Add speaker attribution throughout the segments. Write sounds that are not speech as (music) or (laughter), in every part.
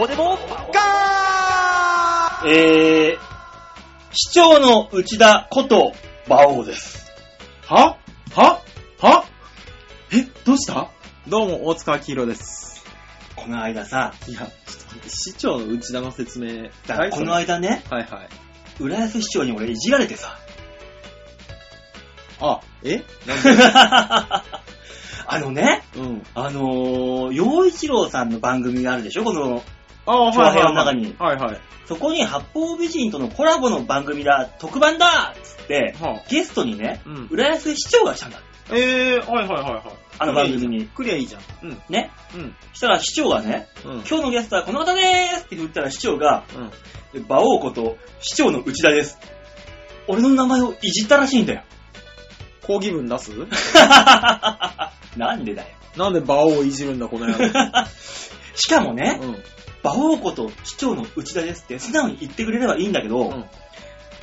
Speaker 1: オデモガー
Speaker 2: えー、市長の内田こと馬王です。
Speaker 3: ははは
Speaker 2: え、どうした
Speaker 3: どうも、大塚明宏です。
Speaker 2: この間さ、
Speaker 3: いや、ちょっと待って、市長の内田の説明。
Speaker 2: だからこの
Speaker 3: はい
Speaker 2: 間ね、
Speaker 3: はい。
Speaker 2: 浦安市長に俺いじられてさ。
Speaker 3: あ、え
Speaker 2: (laughs) あのね、
Speaker 3: (laughs) うん。
Speaker 2: あのー、洋一郎さんの番組があるでしょこの、
Speaker 3: あ、はい
Speaker 2: 長
Speaker 3: はい、
Speaker 2: 編
Speaker 3: は
Speaker 2: の
Speaker 3: い。
Speaker 2: 中に
Speaker 3: はいはい。
Speaker 2: そこに八方美人とのコラボの番組だ、特番だっつって、
Speaker 3: はあ、
Speaker 2: ゲストにね、
Speaker 3: うん。
Speaker 2: 浦安市長がしたんだ。
Speaker 3: えー、はいはいはいはい。
Speaker 2: あの番組に。
Speaker 3: クリアいいじゃん。うん。
Speaker 2: ね。
Speaker 3: うん。
Speaker 2: したら市長がね、
Speaker 3: うん。
Speaker 2: 今日のゲストはこの方でーすって言ったら市長が、
Speaker 3: (laughs) うん。
Speaker 2: 馬王こと市長の内田です。俺の名前をいじったらしいんだよ。
Speaker 3: 抗議文出す
Speaker 2: なんでだよ。
Speaker 3: なんで馬王をいじるんだ、この野 (laughs) 郎。
Speaker 2: しかもね、
Speaker 3: うん。
Speaker 2: 馬王こと市長の内田ですって素直に言ってくれればいいんだけど、
Speaker 3: うん。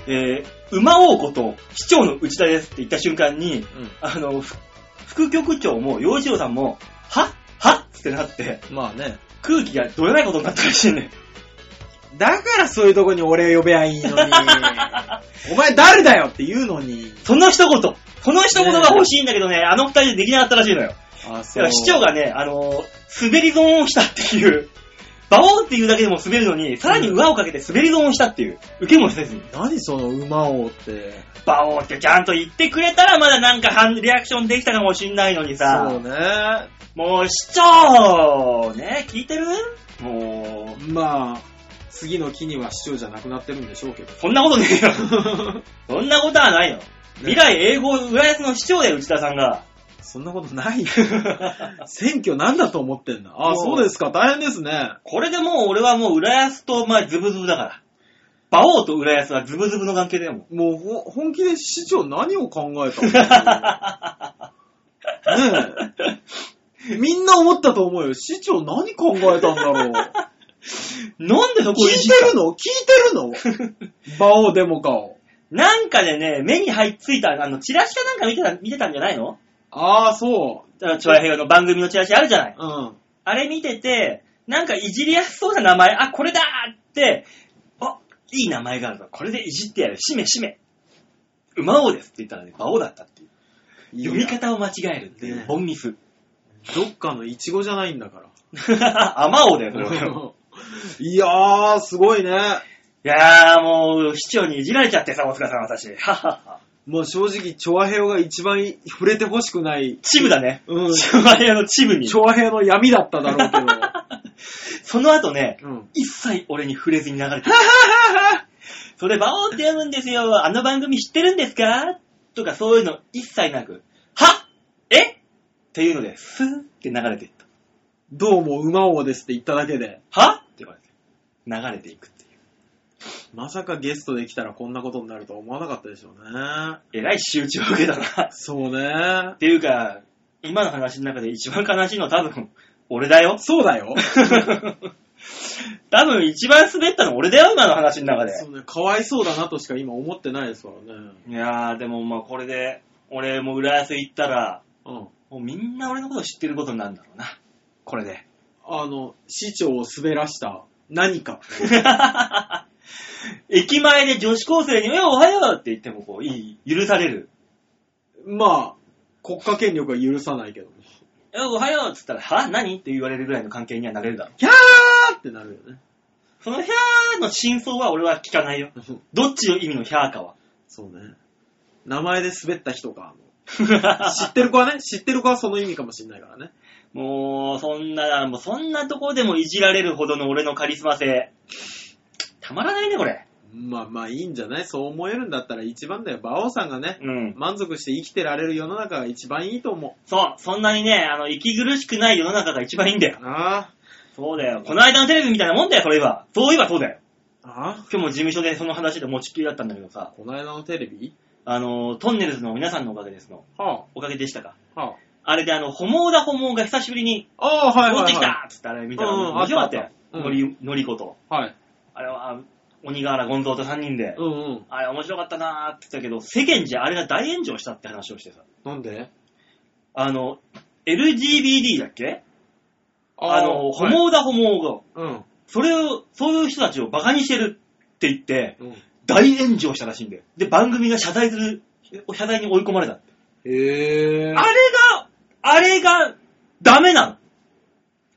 Speaker 2: えー、馬王こと市長の内田ですって言った瞬間に、
Speaker 3: うん。
Speaker 2: あの、ふ副局長も洋一郎さんも、ははってなって、
Speaker 3: まあね。
Speaker 2: 空気がどれないことになったらしいね。
Speaker 3: だからそういうとこに俺呼べばい (laughs) いのに。お前誰だよって言うのに。
Speaker 2: その一言、その一言が欲しいんだけどね、あの二人でできなかったらしいのよ。
Speaker 3: あ、
Speaker 2: だから市長がね、あのー滑り損をしたっていう、馬王っていうだけでも滑るのに、さらに輪をかけて滑り損をしたっていう、受けもせずに。
Speaker 3: 何その馬王って。
Speaker 2: 馬王ってちゃんと言ってくれたらまだなんか反リアクションできたかもしんないのに
Speaker 3: そう
Speaker 2: さ、
Speaker 3: ね。
Speaker 2: もう市長ね、聞いてるもう、
Speaker 3: まあ、次の木には市長じゃなくなってるんでしょうけど。
Speaker 2: そんなことね
Speaker 3: (laughs)
Speaker 2: えよ。そんなことはないよ。未来英語浦安の市長だよ、内田さ
Speaker 3: (laughs)
Speaker 2: んが。
Speaker 3: そんなことないよ。 (laughs) 選挙なんだと思ってんだ。あ、
Speaker 2: もう
Speaker 3: そうですか。大変ですね。
Speaker 2: これでもう俺はもう浦安とお前ズブズブだから。馬王と浦安はズブズブの関係だよ、もう。
Speaker 3: もうほ本気で市長何を考え (laughs) たのねえ。みんな思ったと思うよ。市長何考えたんだろう。
Speaker 2: なんでそこ
Speaker 3: 聞い
Speaker 2: じ
Speaker 3: てるの聞いてるの (laughs) 馬王デモかを。
Speaker 2: なんかでね、目に入っついた、あの、チラシかなんか見てた、見てたんじゃないの
Speaker 3: ああ、そ。。
Speaker 2: あの、チョアヘヨの番組のチラシあるじゃないう
Speaker 3: うん。
Speaker 2: あれ見てて、なんかいじりやすそうな名前、あ、これだーって、あ、いい名前があるから、これでいじってやる。しめしめ。馬王ですって言ったらね、馬王だったっていう。読み
Speaker 3: いや
Speaker 2: 方を間違えるっていう、
Speaker 3: ね
Speaker 2: ボンミ
Speaker 3: (laughs)
Speaker 2: ス。
Speaker 3: どっかのイチゴじゃないんだから。
Speaker 2: アマオだよ、それは
Speaker 3: (laughs) いやー、すごいね。
Speaker 2: いやー、もう、市長にいじられちゃってさ、大塚さん、私。ははは。
Speaker 3: もう正直、チョアヘヨが一番触れてほしくない、
Speaker 2: チブだね。
Speaker 3: うん、チ
Speaker 2: チ (laughs) ョアヘヨのチブに。
Speaker 3: ョアヘヨの闇だっただろう
Speaker 2: その後ね、
Speaker 3: けど。 (laughs) うん。
Speaker 2: 一切俺に触れずに流れて (laughs) る。それ、バオって読むんですよ。あの番組知ってるんですかとかそういうの一切なく、はえっていうので、スーって流れていった。
Speaker 3: どうも馬王ですって言っただけで、
Speaker 2: はって言われて、流れていくっていう。
Speaker 3: まさかゲストで来たらこんなことになるとは思わなかったでしょうね。
Speaker 2: えらい仕打ちを受けたな。っ
Speaker 3: そうね。
Speaker 2: ていうか、今の話の中で一番悲しいのは多分、俺だよ。 (laughs)
Speaker 3: そうだよ。
Speaker 2: 多分一番滑ったの俺だよ、今の話の中で。
Speaker 3: そうね。かわいそうだなとしか今思ってないですからね。
Speaker 2: いやー、でもまあこれで、俺も浦安行ったら、
Speaker 3: うん。
Speaker 2: もうみんな俺のこと知ってることになるんだろうな。これで。
Speaker 3: あの、市長を滑らした何か。
Speaker 2: 駅前で女子高生に、え、おはようって言っても、こう、いい、許される。
Speaker 3: まあ、国家権力は許さないけどね。
Speaker 2: え、おはようって言ったら、は何って言われるぐらいの関係にはなれるだろう。
Speaker 3: キャーってなるよね。
Speaker 2: その、ひゃーの真相は俺は聞かないよ。どっちの意味のひゃーかは。
Speaker 3: (laughs) そうね。名前で滑った人か。知ってる子はね、知ってる子はその意味かもしれないからね。
Speaker 2: (laughs) もう、そんな、もうそんなとこでもいじられるほどの俺のカリスマ性。たまらないね、これ。
Speaker 3: まあまあいいんじゃないそう思えるんだったら一番だよ。馬王さんがね、
Speaker 2: うん。
Speaker 3: 満足して生きてられる世の中が一番いいと思
Speaker 2: そう、そんなにね、あの、息苦しくない世の中が一番いいんだよ
Speaker 3: う。。あ
Speaker 2: そうだよ。この間のテレビみたいなもんだよ、それ今。そういえばそうだよ。
Speaker 3: あ、ああ。
Speaker 2: 今日も事務所でその話で持ちっきりだったんだけどさ、
Speaker 3: この間のテレビ
Speaker 2: あの、トンネルズの皆さんのおかげですの。
Speaker 3: は
Speaker 2: おかげでしたか。
Speaker 3: あ、は
Speaker 2: あれであの、ホモーダホモーが久しぶりに、
Speaker 3: あ。ああ、はい
Speaker 2: 戻
Speaker 3: はい、は
Speaker 2: って
Speaker 3: い。
Speaker 2: きたっつってあれ見たら、
Speaker 3: うんうん
Speaker 2: 面白かった
Speaker 3: あ
Speaker 2: よ
Speaker 3: っ。たあった
Speaker 2: のり、のりこと。
Speaker 3: はい。
Speaker 2: あれは、鬼瓦ゴンゾーと3人で、
Speaker 3: うんうん。
Speaker 2: あれ面白かったなーって言ったけど、世間じゃあれが大炎上したって話をしてさ。
Speaker 3: なんで
Speaker 2: あの、LGBT だっけあの、ホ
Speaker 3: はい
Speaker 2: モーダホモーが、
Speaker 3: うん。
Speaker 2: それを、そういう人たちをバカにしてるって言って、
Speaker 3: うん。
Speaker 2: 大炎上したらしいんだよ。で、番組が謝罪する、謝罪に追い込まれたって。
Speaker 3: へぇー。
Speaker 2: あれが、あれが、ダメなの。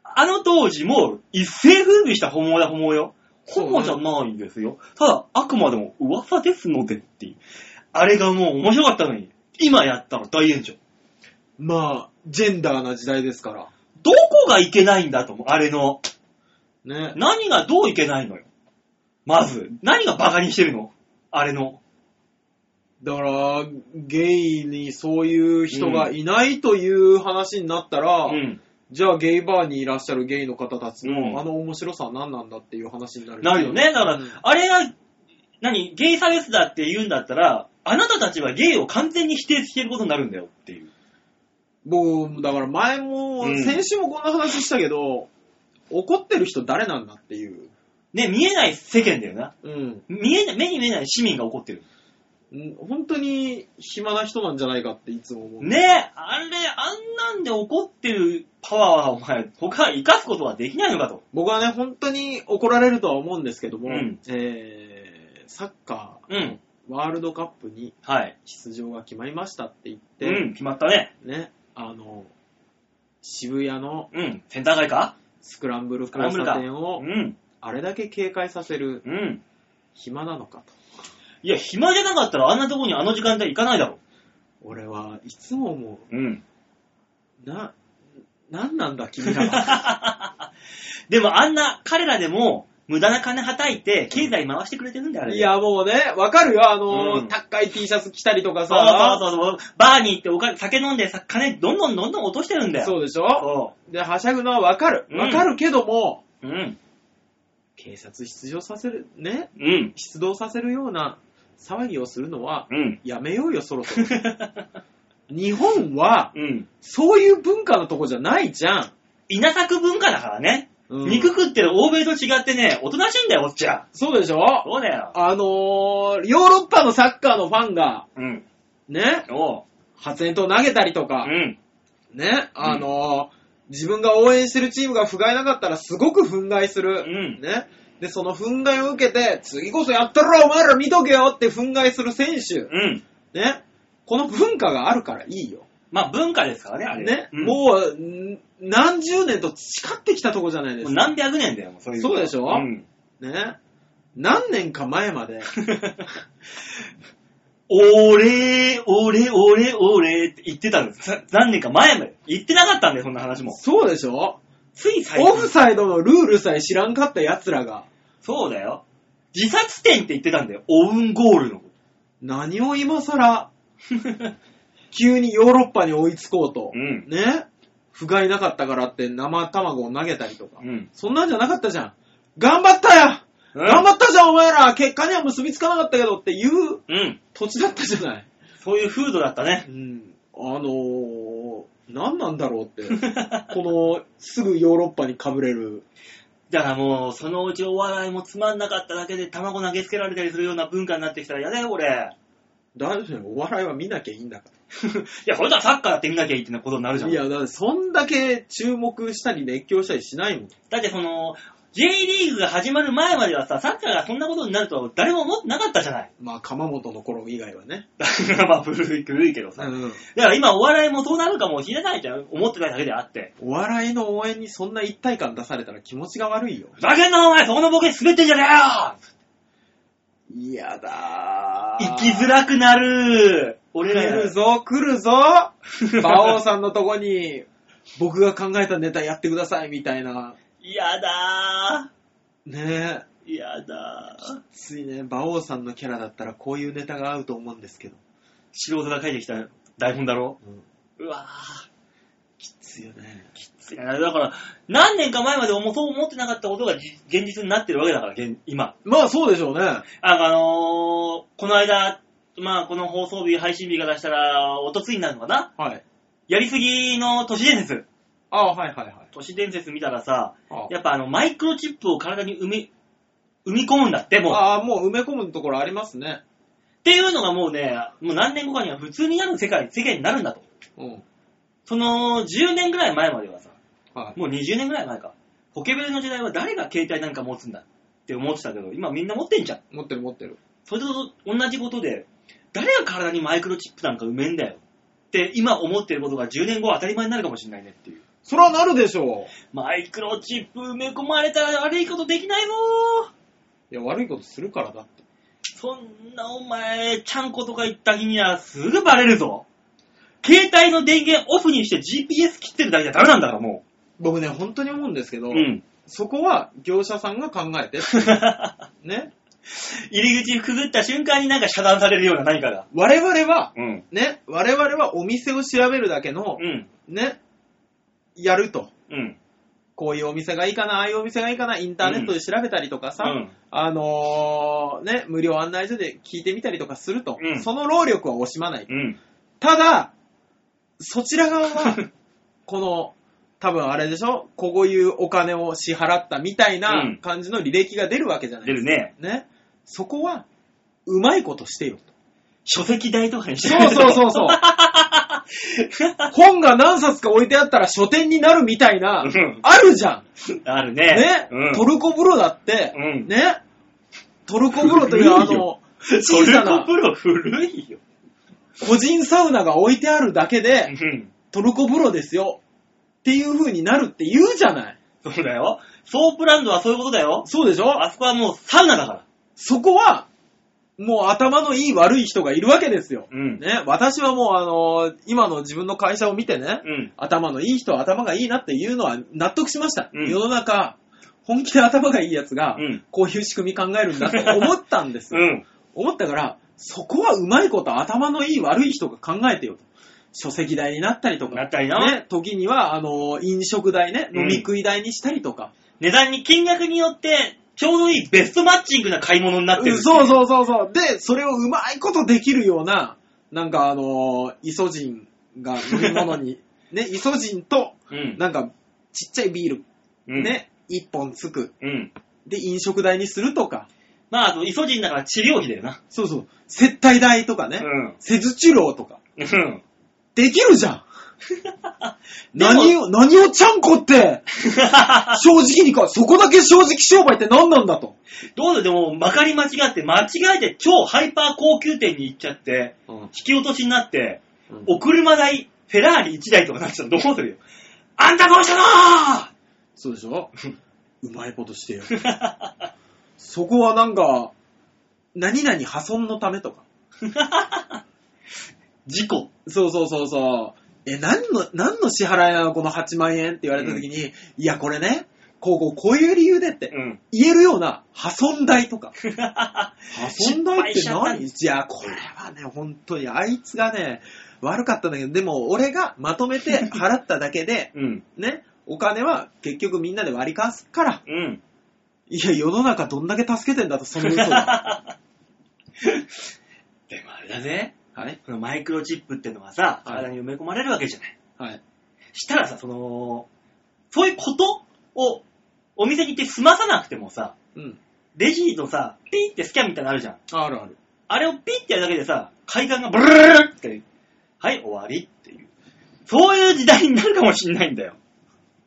Speaker 2: あの当時もう一世風靡したホモだホモよ。ホモじゃないんですよ。ただ、あくまでも噂ですのでっていう。あれがもう面白かったのに、今やったら大炎上。
Speaker 3: まあ、ジェンダーな時代ですから。
Speaker 2: どこがいけないんだと思う、あれの。
Speaker 3: ね。
Speaker 2: 何がどういけないのよ。まず、何がバカにしてるのあれの。
Speaker 3: だから、ゲイにそういう人がいないという話になったら、
Speaker 2: うん。
Speaker 3: じゃあゲイバーにいらっしゃるゲイの方たちの、
Speaker 2: うん
Speaker 3: あの面白さは何なんだっていう話になる。
Speaker 2: なるよね。だから、
Speaker 3: うん
Speaker 2: あれが、何、ゲイ差別だって言うんだったら、あなたたちはゲイを完全に否定してることになるんだよっていう。
Speaker 3: 僕、だから前も、
Speaker 2: うん
Speaker 3: 先週もこんな話したけど、怒ってる人誰なんだっていう。
Speaker 2: ね、見えない世間だよな。
Speaker 3: うん。
Speaker 2: 見えない、目に見えない市民が怒ってる。
Speaker 3: うん本当に暇な人なんじゃないかっていつも思う。
Speaker 2: ねあれ、あんなんで怒ってるパワーはお前、他生かすことはできないのかと。
Speaker 3: 僕はね、本当に怒られるとは思うんですけども、
Speaker 2: うん
Speaker 3: えー、サッカ
Speaker 2: うん。
Speaker 3: ー、ワールドカップに
Speaker 2: はい。
Speaker 3: 出場が決まりましたって言っ
Speaker 2: う
Speaker 3: て、
Speaker 2: ん、決まったね。
Speaker 3: ね、あの、渋谷の
Speaker 2: うん。センター街か
Speaker 3: スクランブル交差点
Speaker 2: う
Speaker 3: を
Speaker 2: ん。
Speaker 3: あれだけ警戒させる
Speaker 2: うん。
Speaker 3: 暇なのかと。
Speaker 2: いや、暇じゃなかったらあんなとこにあの時間帯行かないだろ。
Speaker 3: 俺はいつも思
Speaker 2: うん。
Speaker 3: う。な、なんなんだ君ら
Speaker 2: (laughs)
Speaker 3: は。
Speaker 2: でもあんな、彼らでも、無駄な金はたいて、経済回してくれてるんだよ、あれ。
Speaker 3: い、や、もうね、わかるよ、あの、
Speaker 2: うん
Speaker 3: 高い T シャツ着たりとか
Speaker 2: そうそう
Speaker 3: さ、
Speaker 2: そうそう。バーに行ってお金、酒飲んでさ、金どんどんどんどん落としてるんだよ。
Speaker 3: そうでしょ
Speaker 2: そ
Speaker 3: で、はしゃぐのはわかる。
Speaker 2: うん
Speaker 3: わかるけども、
Speaker 2: う。うん。
Speaker 3: 警察出場させる、ね、
Speaker 2: うん。
Speaker 3: 出動させるような騒ぎをするのは、
Speaker 2: うん。
Speaker 3: やめようよ、そろ (laughs) そろ。日本は、
Speaker 2: うん。
Speaker 3: そういう文化のとこじゃないじゃん。
Speaker 2: 稲作文化だからね。
Speaker 3: うん
Speaker 2: 肉食ってる欧米と違ってね、おとなしいんだよ、おっちゃん。
Speaker 3: そうでしょ
Speaker 2: そうだよ。
Speaker 3: あのー、ヨーロッパのサッカーのファンが、
Speaker 2: うん。
Speaker 3: ね、
Speaker 2: おう。
Speaker 3: 発煙筒投げたりとか
Speaker 2: う、ん。
Speaker 3: ね、あのー自分が応援してるチームが不甲斐なかったらすごく憤慨す
Speaker 2: う
Speaker 3: る。
Speaker 2: ん。
Speaker 3: ね。で、その憤慨を受けて、次こそやったらお前ら見とけよって憤慨する選手。
Speaker 2: うん。
Speaker 3: ね。この文化があるからいいよ。
Speaker 2: まあ、文化ですからね、あれ。
Speaker 3: ね。
Speaker 2: うん
Speaker 3: もう、ん何十年と培ってきたとこじゃないで
Speaker 2: も
Speaker 3: す
Speaker 2: う
Speaker 3: か。
Speaker 2: 何百年だよ、もうそういうの
Speaker 3: そうでしょ
Speaker 2: うん。 (laughs)
Speaker 3: ね。何年か前まで。
Speaker 2: 俺、俺、俺、俺って言ってたんです。さ何年か前まで。言ってなかったんだよ、そんな話も。
Speaker 3: そうでしょ
Speaker 2: つい最
Speaker 3: オフ
Speaker 2: 近。
Speaker 3: サイドのルールさえ知らんかった奴らが、
Speaker 2: そうだよ。自殺点って言ってたんだよ。オウンゴール
Speaker 3: (laughs)
Speaker 2: のこ
Speaker 3: 何を今更、
Speaker 2: と。
Speaker 3: 急にヨーロッパに追いつこうと
Speaker 2: う。ん。
Speaker 3: ね不甲斐なかったからって生卵を投げたりとか。
Speaker 2: うん。
Speaker 3: そんなんじゃなかったじゃん。頑張ったよ頑張ったじゃん、お前ら結果には結びつかなかったけどっていう
Speaker 2: うん。
Speaker 3: 土地だったじゃない。
Speaker 2: そういう風土だったね。
Speaker 3: うん。あのー、何なんだろうって。 (laughs) この、すぐヨーロッパにかぶれる。
Speaker 2: だからもう、そのうちお笑いもつまんなかっただけで卵投げつけられたりするような文化になってきたら嫌だよ、 (laughs) 俺。
Speaker 3: 大丈夫だよお笑いは見なきゃいいんだか
Speaker 2: いや、これだったらサッカーだって見なきゃいいってなことになるじ
Speaker 3: ら。
Speaker 2: ゃん。
Speaker 3: いや、だってそんだけ注目したり熱狂したりしないもん。
Speaker 2: だってその、J リーグが始まる前まではさ、サッカーがそんなことになるとは誰も思ってなかったじゃない。 (laughs)
Speaker 3: まあ、鎌本の頃以外はね。
Speaker 2: まあ、古い、古いけどさ。
Speaker 3: ん。
Speaker 2: だから今お笑いもそうなるかもしれないじゃん。思ってないだけであって。
Speaker 3: お笑いの応援にそんな一体感出されたら気持ちが悪いよ。
Speaker 2: ふざけんなお前、そこのボケ滑ってんじゃね
Speaker 3: いやだ
Speaker 2: えよ生きづらくなる俺ら
Speaker 3: 来
Speaker 2: や
Speaker 3: るぞ、来る (laughs) ぞ馬王さんのとこに、僕が考えたネタやってください、みたいな。
Speaker 2: やだ
Speaker 3: ねえ。
Speaker 2: ー。やだー。
Speaker 3: ついね、馬王さんのキャラだったらこういうネタが合うと思うんですけど。
Speaker 2: 素人が書いてきた台本だろ
Speaker 3: うん、
Speaker 2: うわー。
Speaker 3: きついよね。
Speaker 2: つらいなだから、何年か前まで思そう思ってなかったことがじ現実になってるわけだから、現今。
Speaker 3: まあそうでしょうね。
Speaker 2: ああのー、この間、まあこの放送日、配信日が出したら、おとついになるのかな
Speaker 3: はい。
Speaker 2: やりすぎの都市伝説。
Speaker 3: ああ、はいはいはい。
Speaker 2: 都市伝説見たらさ、
Speaker 3: あ
Speaker 2: やっぱあの、マイクロチップを体に埋め、埋め込むんだって、もう。っ
Speaker 3: ああ、もう埋め込むところありますね。
Speaker 2: ていうのがもうね、もう何年後かには普通になる世界、世界になるんだと。
Speaker 3: うん。
Speaker 2: その、10年ぐらい前まではさ、
Speaker 3: はい。
Speaker 2: もう20年ぐらい前か。ポケベルの時代は誰が携帯なんか持つんだって思ってたけど、今みんな持ってんじゃん。
Speaker 3: 持ってる持ってる。
Speaker 2: それと同じことで、誰が体にマイクロチップなんか埋めんだよって今思ってることが10年後当たり前になるかもしれないねっていう。
Speaker 3: それはなるでしょ
Speaker 2: マイクロチップ埋め込まれたら悪いことできないぞー
Speaker 3: う。いや、悪いことするからだって。
Speaker 2: そんなお前、ちゃんことか言った日にはすぐバレるぞ。携帯の電源オフにして GPS 切ってるだけじゃダメなんだからも
Speaker 3: 僕ね、本当に思うんですけど、
Speaker 2: う。うん。
Speaker 3: そこは業者さんが考えて、 (laughs) ね。
Speaker 2: 入り口くぐった瞬間になんか遮断されるような何かが。
Speaker 3: 我々は、
Speaker 2: うん。
Speaker 3: ね、我々はお店を調べるだけの
Speaker 2: う、ん。
Speaker 3: ね、やると。
Speaker 2: うん。
Speaker 3: こういうお店がいいかな、ああいうお店がいいかな、インターネットで調べたりとかさ、
Speaker 2: うん
Speaker 3: あのーね、無料案内所で聞いてみたりとかすると、
Speaker 2: うん
Speaker 3: その労力は惜しまない。
Speaker 2: うん。
Speaker 3: ただ、そちら側は、この、多分あれでしょこういうお金を支払ったみたいうなん感じの履歴が出るわけじゃない
Speaker 2: 出
Speaker 3: です
Speaker 2: る
Speaker 3: か。
Speaker 2: ね。
Speaker 3: ねそこは、うまいことしてよと。
Speaker 2: 書籍代とかにして
Speaker 3: そうそうそうそう。 (laughs) 本が何冊か置いてあったら書店になるみたいな
Speaker 2: うん、
Speaker 3: あるじゃん。
Speaker 2: あるね。
Speaker 3: ね、
Speaker 2: うん。
Speaker 3: トルコ風呂だって、
Speaker 2: うん
Speaker 3: ねトルコ風呂というあ
Speaker 2: 古いよ
Speaker 3: の、小さ
Speaker 2: トルコ
Speaker 3: な
Speaker 2: プロ古いよ。
Speaker 3: 個人サウナが置いてあるだけ
Speaker 2: う
Speaker 3: で、
Speaker 2: ん。
Speaker 3: トルコ風呂ですよっていう風になるって言うじゃない。
Speaker 2: そうだよ。ソープランドはそういうことだよ。
Speaker 3: そうでしょ
Speaker 2: あそこはもうサウナだから。
Speaker 3: そこは、もう頭のいい悪い人がいるわけですよ。
Speaker 2: うん。
Speaker 3: ね、私はもうあの今の自分の会社を見てね、
Speaker 2: うん。
Speaker 3: 頭のいい人は頭がいいなっていうのは納得しました。
Speaker 2: うん
Speaker 3: 世の中、本気で頭がいいやつが
Speaker 2: うん、
Speaker 3: こういう仕組み考えるんだと思ったん
Speaker 2: (laughs)
Speaker 3: ですよ。
Speaker 2: うん。
Speaker 3: 思ったから、そこはうまいこと頭のいい悪い人が考えてよと。書籍代になったりとか。
Speaker 2: なったりな
Speaker 3: ね、時には、あの、飲食代ね、
Speaker 2: うん
Speaker 3: 飲み食い代にしたりとか。
Speaker 2: 値段に金額によって、ちょうどいいベストマッチングな買い物になってる。
Speaker 3: そう
Speaker 2: う。
Speaker 3: そうそうそう。で、それをうまいことできるような、なんかあの、イソジンが飲み物
Speaker 2: (laughs)
Speaker 3: に、ね、イソジンと、
Speaker 2: うん。
Speaker 3: なんか、ちっちゃいビール、
Speaker 2: うん。
Speaker 3: ね、一本つく。
Speaker 2: うん。
Speaker 3: で、飲食代にするとか。
Speaker 2: まあ、あと、イソジンだから治療費だよな。
Speaker 3: そうそう。接待代とかね。
Speaker 2: うん。
Speaker 3: 施術料とか。
Speaker 2: うん。
Speaker 3: できるじゃ (laughs) ん
Speaker 2: でも
Speaker 3: 何を、何をちゃんこって、 (laughs) 正直にか、そこだけ正直商売って何なんだと。
Speaker 2: どうぞ、でも、まかり間違って、間違えて超ハイパー高級店に行っちゃって、引き落としになって、お車代、フェラーリ1台とかなっちゃうどうするよ。あんたこうしたの
Speaker 3: そうでしょうまいことしてよ。そこはなんか、何々破損のためとか。
Speaker 2: 事故。
Speaker 3: そうそうそうそう。え、何の、何の支払いなのこの8万円って言われた時に、いや、これね、こうこう、こういう理由でって
Speaker 2: うん。
Speaker 3: 言えるような破損代とか。破
Speaker 2: 損
Speaker 3: 損
Speaker 2: 代
Speaker 3: 代
Speaker 2: っ
Speaker 3: ってて
Speaker 2: 何、
Speaker 3: 何いや、これはね、本当に、あいつがね、悪かったんだけど、でも、俺がまとめて払っただけで (laughs)
Speaker 2: うん。
Speaker 3: ね、お金は結局みんなで割り返すから、
Speaker 2: うん。
Speaker 3: いや、世の中どんだけ助けてんだと、その嘘
Speaker 2: (laughs)
Speaker 3: は。
Speaker 2: でもあれだぜ。
Speaker 3: はい。
Speaker 2: このマイクロチップってのがさ、
Speaker 3: はい
Speaker 2: 体に埋め込まれるわけじゃない。
Speaker 3: はい。
Speaker 2: したらさ、その、そういうことをお店に行って済まさなくてもさ、
Speaker 3: うん。
Speaker 2: レジのさ、ピーってスキャンみたいなのあるじゃん。
Speaker 3: あるある。
Speaker 2: あれをピーってやるだけでさ、階段がブルーって、はい、終わりっていう。そういう時代になるかもしんないんだよ。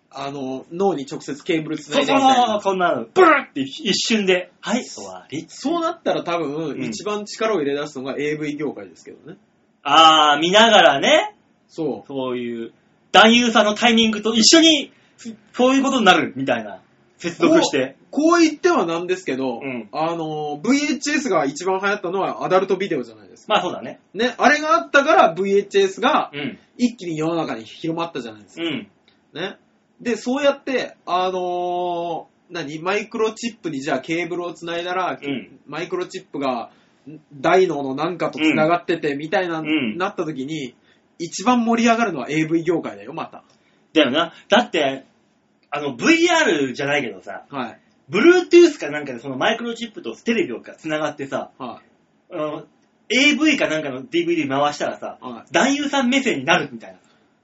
Speaker 3: あの、脳に直接ケーブルつな
Speaker 2: そう
Speaker 3: いで
Speaker 2: そう
Speaker 3: みたいな
Speaker 2: そう、そんなの。ブルーって一瞬で、はい、終わり。
Speaker 3: そうなったら多分、
Speaker 2: うん
Speaker 3: 一番力を入れ出すのが AV 業界ですけどね。
Speaker 2: あー、見ながらね、
Speaker 3: そ
Speaker 2: そういう、男優さんのタイミングと一緒に、そういうことになる、みたいな。接
Speaker 3: う。
Speaker 2: 続して。
Speaker 3: こう。こう言ってはなんですけど、
Speaker 2: うん
Speaker 3: あの、VHS が一番流行ったのはアダルトビデオじゃないですか。
Speaker 2: まあそうだね。
Speaker 3: ね、あれがあったから VHS が
Speaker 2: うん。
Speaker 3: 一気に世の中に広まったじゃないですか。
Speaker 2: うん。
Speaker 3: ね。で、そうやって、あのー何マイクロチップにじゃあケーブルをつないだら、
Speaker 2: うん
Speaker 3: マイクロチップがん大脳のなんかとつながっててみたいな、
Speaker 2: ん
Speaker 3: なった時に、一番盛り上がるのは AV 業界だよ、また。
Speaker 2: だよな。だって、あの、VR じゃないけどさ、
Speaker 3: はい。
Speaker 2: Bluetooth かなんかでそのマイクロチップとテレビが繋がってさ、
Speaker 3: は
Speaker 2: あの AV かなんかの DVD 回したらさ
Speaker 3: い。、はい。
Speaker 2: 男優さん目線になるみたいな。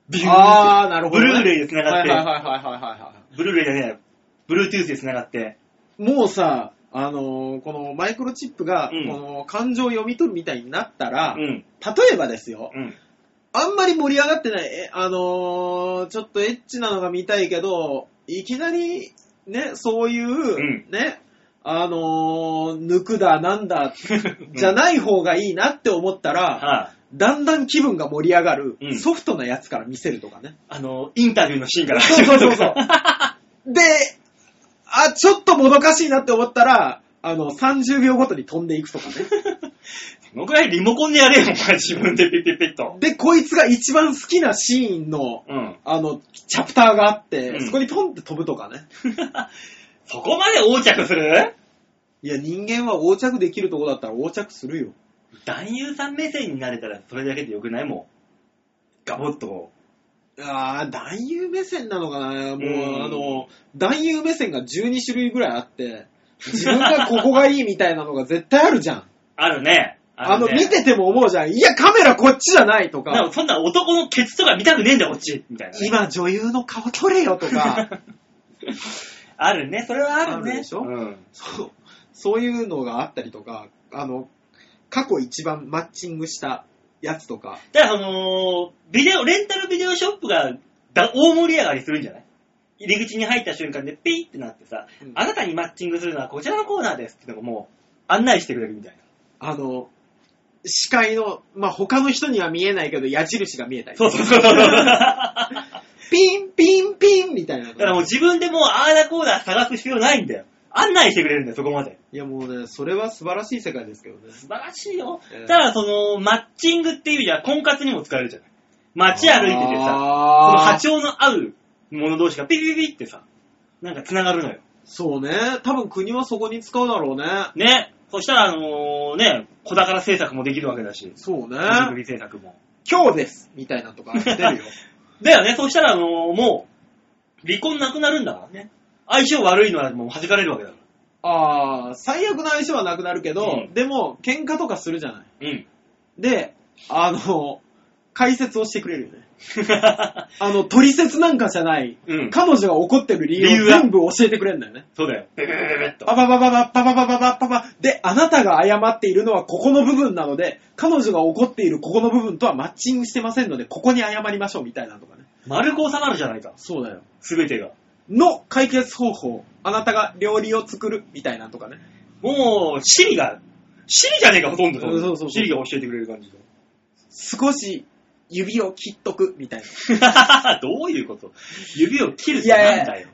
Speaker 2: ビューンって
Speaker 3: あー、なるほど、ね。
Speaker 2: ブルーレイで繋がって
Speaker 3: はいはいはいはいはいは
Speaker 2: ブルーレイじゃねえよ。Bluetooth で繋がって。
Speaker 3: い。もうさ、あのーこのマイクロチップが、
Speaker 2: うん
Speaker 3: この感情を読み取るみたいになったら、
Speaker 2: うん。
Speaker 3: 例えばですよ、
Speaker 2: うん。
Speaker 3: あんまり盛り上がってない、えあのーちょっとエッチなのが見たいけど、いきなりね、そういう、
Speaker 2: ん
Speaker 3: ね、あのー抜くだなんだ、じゃない方がいいなって思ったら、
Speaker 2: はい
Speaker 3: だんだん気分が盛り上がる、
Speaker 2: うん
Speaker 3: ソフトなやつから見せるとかね。
Speaker 2: あの、インタビューのシーンから
Speaker 3: そうそうそう
Speaker 2: (laughs)
Speaker 3: そう
Speaker 2: ははは
Speaker 3: (laughs) で、あ、ちょっともどかしいなって思ったら、あの、30秒ごとに飛んでいくとかね。
Speaker 2: そのくらいリモコンでやれよ、お前自分でピッピッピッと。
Speaker 3: で、こいつが一番好きなシーンの、
Speaker 2: うん。
Speaker 3: あの、チャプターがあって、
Speaker 2: うん
Speaker 3: そこにポンって飛ぶとか
Speaker 2: (laughs)
Speaker 3: ね。
Speaker 2: そこまで横着する
Speaker 3: いや、人間は横着できるとこだったら横着するよ。
Speaker 2: 男優さん目線になれたらそれだけでよくないもん。ガボッとこ
Speaker 3: あー、男優目線なのかなもう、
Speaker 2: うん
Speaker 3: あの、男優目線が12種類ぐらいあって、自分がここがいいみたいなのが絶対あるじゃん。
Speaker 2: う。 (laughs) あるね。
Speaker 3: あの、
Speaker 2: るね
Speaker 3: 見てても思うじゃん。いや、カメラこっちじゃないと
Speaker 2: なん
Speaker 3: か
Speaker 2: か、そんな男のケツとか見たくねえんだよ、こっち。みたいなね、
Speaker 3: 今女優の顔撮れよと
Speaker 2: (laughs)
Speaker 3: か、
Speaker 2: あるね、それはある
Speaker 3: あ
Speaker 2: ね。
Speaker 3: るでしょ
Speaker 2: うん。
Speaker 3: そう、そういうのがあったりとか、あの、過去一番マッチングしたやつとか、
Speaker 2: だから、その、ビデオ、レンタルビデオショップがだ大盛り上がりするんじゃない入り口に入った瞬間でピーってなってさ、
Speaker 3: うん
Speaker 2: あなたにマッチングするのはこちらのコーナーですってのがもう案内してくれるみたいな。
Speaker 3: あの、視界の、まあ、他の人には見えないけど、矢印が見えたり
Speaker 2: そうそうそうそう。だ
Speaker 3: ピンピンピンみたいなの。
Speaker 2: からもう自分でもうあーだこーだ探す必要ないんだよ。案内してくれるんだよ、そこまで。
Speaker 3: いやもうね、それは素晴らしい世界ですけどね。
Speaker 2: 素晴らしいよ。
Speaker 3: えー
Speaker 2: ただその、マッチングっていう意味では婚活にも使えるじゃない。街歩いててさ、この
Speaker 3: あ
Speaker 2: 波
Speaker 3: ー
Speaker 2: 長の合う者同士がピピピピってさ、なんか繋がるのよ。
Speaker 3: そうね。多分国はそこに使うだろうね。
Speaker 2: ね。そしたら、あのーね、小宝制作もできるわけだし、
Speaker 3: そうね。
Speaker 2: 手作り制作も。
Speaker 3: 今日ですみたいなのとか出る (laughs) よ。
Speaker 2: だよね、そしたら、あのーもう、離婚なくなるんだからね。相性悪いのはもう弾かれるわけだか
Speaker 3: ああ、最悪の相性はなくなるけど、
Speaker 2: うん
Speaker 3: でも、喧嘩とかするじゃない。
Speaker 2: ら。うん。
Speaker 3: で、あの、解説をしてくれるよね。あの、取説なんかじゃない。
Speaker 2: うん。
Speaker 3: 彼女が怒ってる理
Speaker 2: 理
Speaker 3: 由
Speaker 2: 由
Speaker 3: を
Speaker 2: は
Speaker 3: 全部教えてくれるんだよね。
Speaker 2: そうだよ。ベベベベベっと。
Speaker 3: パパパパパパパパパパパパで、あなたが謝っているのはここの部分なので、彼女が怒っているここの部分とはマッチングしてませんので、ここに謝りましょうみたいなのとかね。
Speaker 2: 丸く収まるじゃないか。
Speaker 3: そうだよ。
Speaker 2: すべてが。
Speaker 3: の解決方法。あなたが料理を作るみたいなのとかね。
Speaker 2: もう、シリが、シリじゃねえか、ほとんど。
Speaker 3: うんそうそうそう
Speaker 2: シリが教えてくれる感じで。
Speaker 3: 少し指を切っとくみたいな。
Speaker 2: どういうこと指を切るって
Speaker 3: いやいや
Speaker 2: なんだよ。